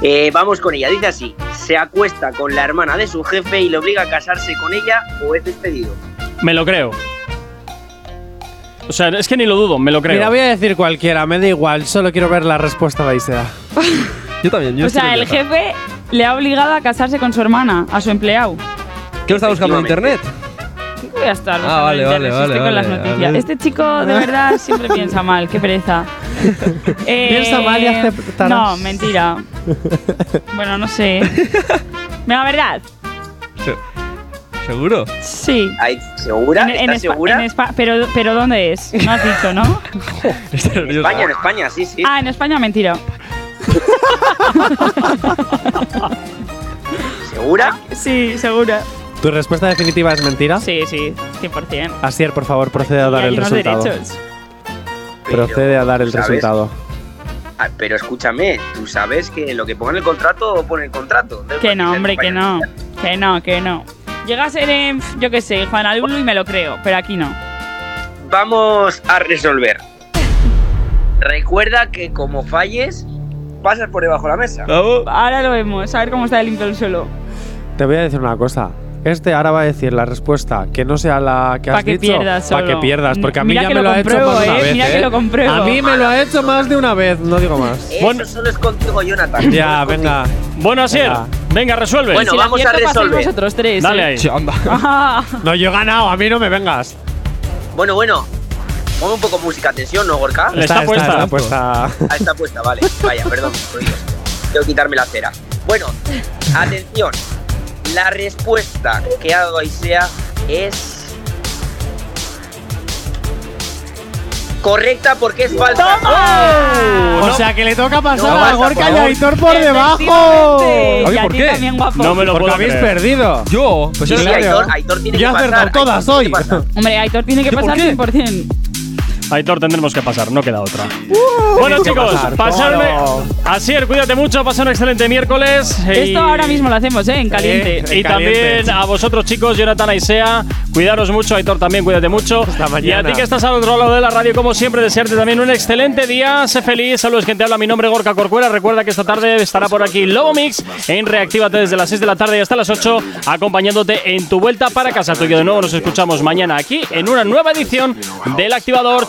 S6: eh, vamos con ella. Dice así: se acuesta con la hermana de su jefe y le obliga a casarse con ella o es despedido.
S1: Me lo creo. O sea, es que ni lo dudo, me lo creo.
S3: Mira, voy a decir cualquiera, me da igual, solo quiero ver la respuesta de Aisea.
S5: Yo también, yo
S2: O sea,
S5: estoy
S2: el
S5: nerviosa.
S2: jefe le ha obligado a casarse con su hermana, a su empleado.
S5: ¿Qué lo está buscando en internet?
S2: ¿Qué voy a estar?
S5: Ah,
S2: buscando en
S5: vale, vale,
S2: internet si
S5: vale,
S2: estoy con las
S5: vale,
S2: noticias.
S5: vale.
S2: Este chico de verdad siempre piensa mal, qué pereza. Eh,
S3: Piensa mal y aceptarás.
S2: No, mentira. Bueno, no sé. Venga, verdad.
S5: Se- ¿Seguro?
S2: Sí.
S6: Ay, ¿Segura?
S2: En- en
S6: ¿Estás
S2: Espa-
S6: segura?
S2: en Espa- pero, pero ¿dónde es? No has dicho, ¿no?
S5: Estoy
S6: En
S5: nerviosa.
S6: España, en España, sí, sí.
S2: Ah, en España, mentira.
S6: ¿Segura?
S2: Ah. Sí, segura.
S3: ¿Tu respuesta definitiva es mentira?
S2: Sí, sí, 100%.
S3: Asier, por favor, procede a dar
S2: Hay
S3: el
S2: unos
S3: resultado.
S2: derechos.
S3: Procede a dar el
S6: ¿sabes?
S3: resultado.
S6: Ah, pero escúchame, tú sabes que lo que ponga en el contrato, pone el contrato. pues, Da
S2: Que
S6: igual
S2: no,
S6: sea
S2: hombre, que
S6: España.
S2: no. Que no, que no. Llega a ser, en, pf, yo qué sé, Juan Alulu y me lo creo, pero aquí no.
S6: Vamos a resolver. Recuerda que como falles, pasas por debajo de la mesa. Ah,
S5: ¿Vamos?
S2: Ahora lo vemos, a ver cómo está el limpio el suelo.
S3: Te voy a decir una cosa. Este ahora va a decir la respuesta que no sea la que
S2: Pa'
S3: has
S2: que
S3: dicho.
S2: pierdas
S3: Para que
S2: solo.
S3: pierdas, porque a mí
S2: Mira
S3: ya
S2: que
S3: me
S2: lo
S3: lo ha hecho
S2: compruebo,
S3: más de una
S2: eh,
S3: vez.
S2: mira que
S3: ¿eh?
S2: lo compruebo.
S3: A mí me lo ha hecho más de una vez, no digo más.
S6: Eso
S1: Bueno.
S6: solo es contigo, Jonathan.
S3: ya, venga.
S1: Bueno, Asier,
S3: Venga.
S1: venga, resuelve.
S6: Bueno,
S2: Si la
S6: vamos a
S2: acierto, pasáis
S6: resolver.
S2: vosotros tres.
S1: Dale
S2: ¿eh?
S1: ahí.
S5: Sí, anda.
S2: Ah,
S3: No, yo he ganado, a mí no me vengas.
S6: Bueno, bueno. Pon un poco música, tensión, ¿no, Gorka?
S3: Eh,
S1: Le está puesta.
S3: Está puesta.
S6: Ah, está puesta, vale. Vaya, perdón, mis oídos. Tengo que quitarme la cera. Bueno, atención. La respuesta que ha dado Aisea es. Correcta porque es falsa.
S3: o
S1: no.
S3: sea que le toca pasar
S6: No,
S3: a
S6: basta,
S3: Gorka
S6: por
S3: y a
S6: favor.
S3: Aitor por debajo.
S2: efectivamente.
S5: Oye,
S2: Y a
S5: ¿por
S2: ti
S5: qué?
S2: también, guapo.
S1: No me lo
S3: Porque
S1: puedo
S3: habéis
S1: creer.
S3: perdido.
S5: ¿Yo? Pues
S6: Sí,
S5: yo
S6: sí,
S3: Claro.
S6: Aitor, Aitor tiene
S3: Yo he
S6: que pasar.
S3: acertado
S6: Aitor
S3: todas
S6: tiene
S3: hoy.
S6: que pasar.
S2: Hombre, Aitor tiene que
S5: ¿Yo por
S2: pasar
S5: qué?
S2: 100%.
S1: Aitor, tendremos que pasar, no queda otra. bueno,
S3: Tienes que
S1: chicos,
S3: pasar,
S1: pasarme.
S3: claro.
S1: Asier, cuídate mucho, pasa un excelente miércoles. y-
S2: Esto ahora mismo lo hacemos, ¿eh? En caliente.
S3: Eh,
S1: Y también
S3: Caliente.
S1: a vosotros, chicos, Jonathan Aisea, cuidaros mucho, Aitor también, cuídate mucho.
S3: Hasta mañana.
S1: Y a ti que estás al otro lado de la radio, como siempre, desearte también un excelente día. Sé feliz, saludos, quien te habla. Mi nombre es Gorka Corcuera. Recuerda que esta tarde estará por aquí Lobo Mix en Reactívate desde las 6 de la tarde y hasta las 8, acompañándote en tu vuelta para casa. Tú y yo de nuevo nos escuchamos mañana aquí en una nueva edición del Activador.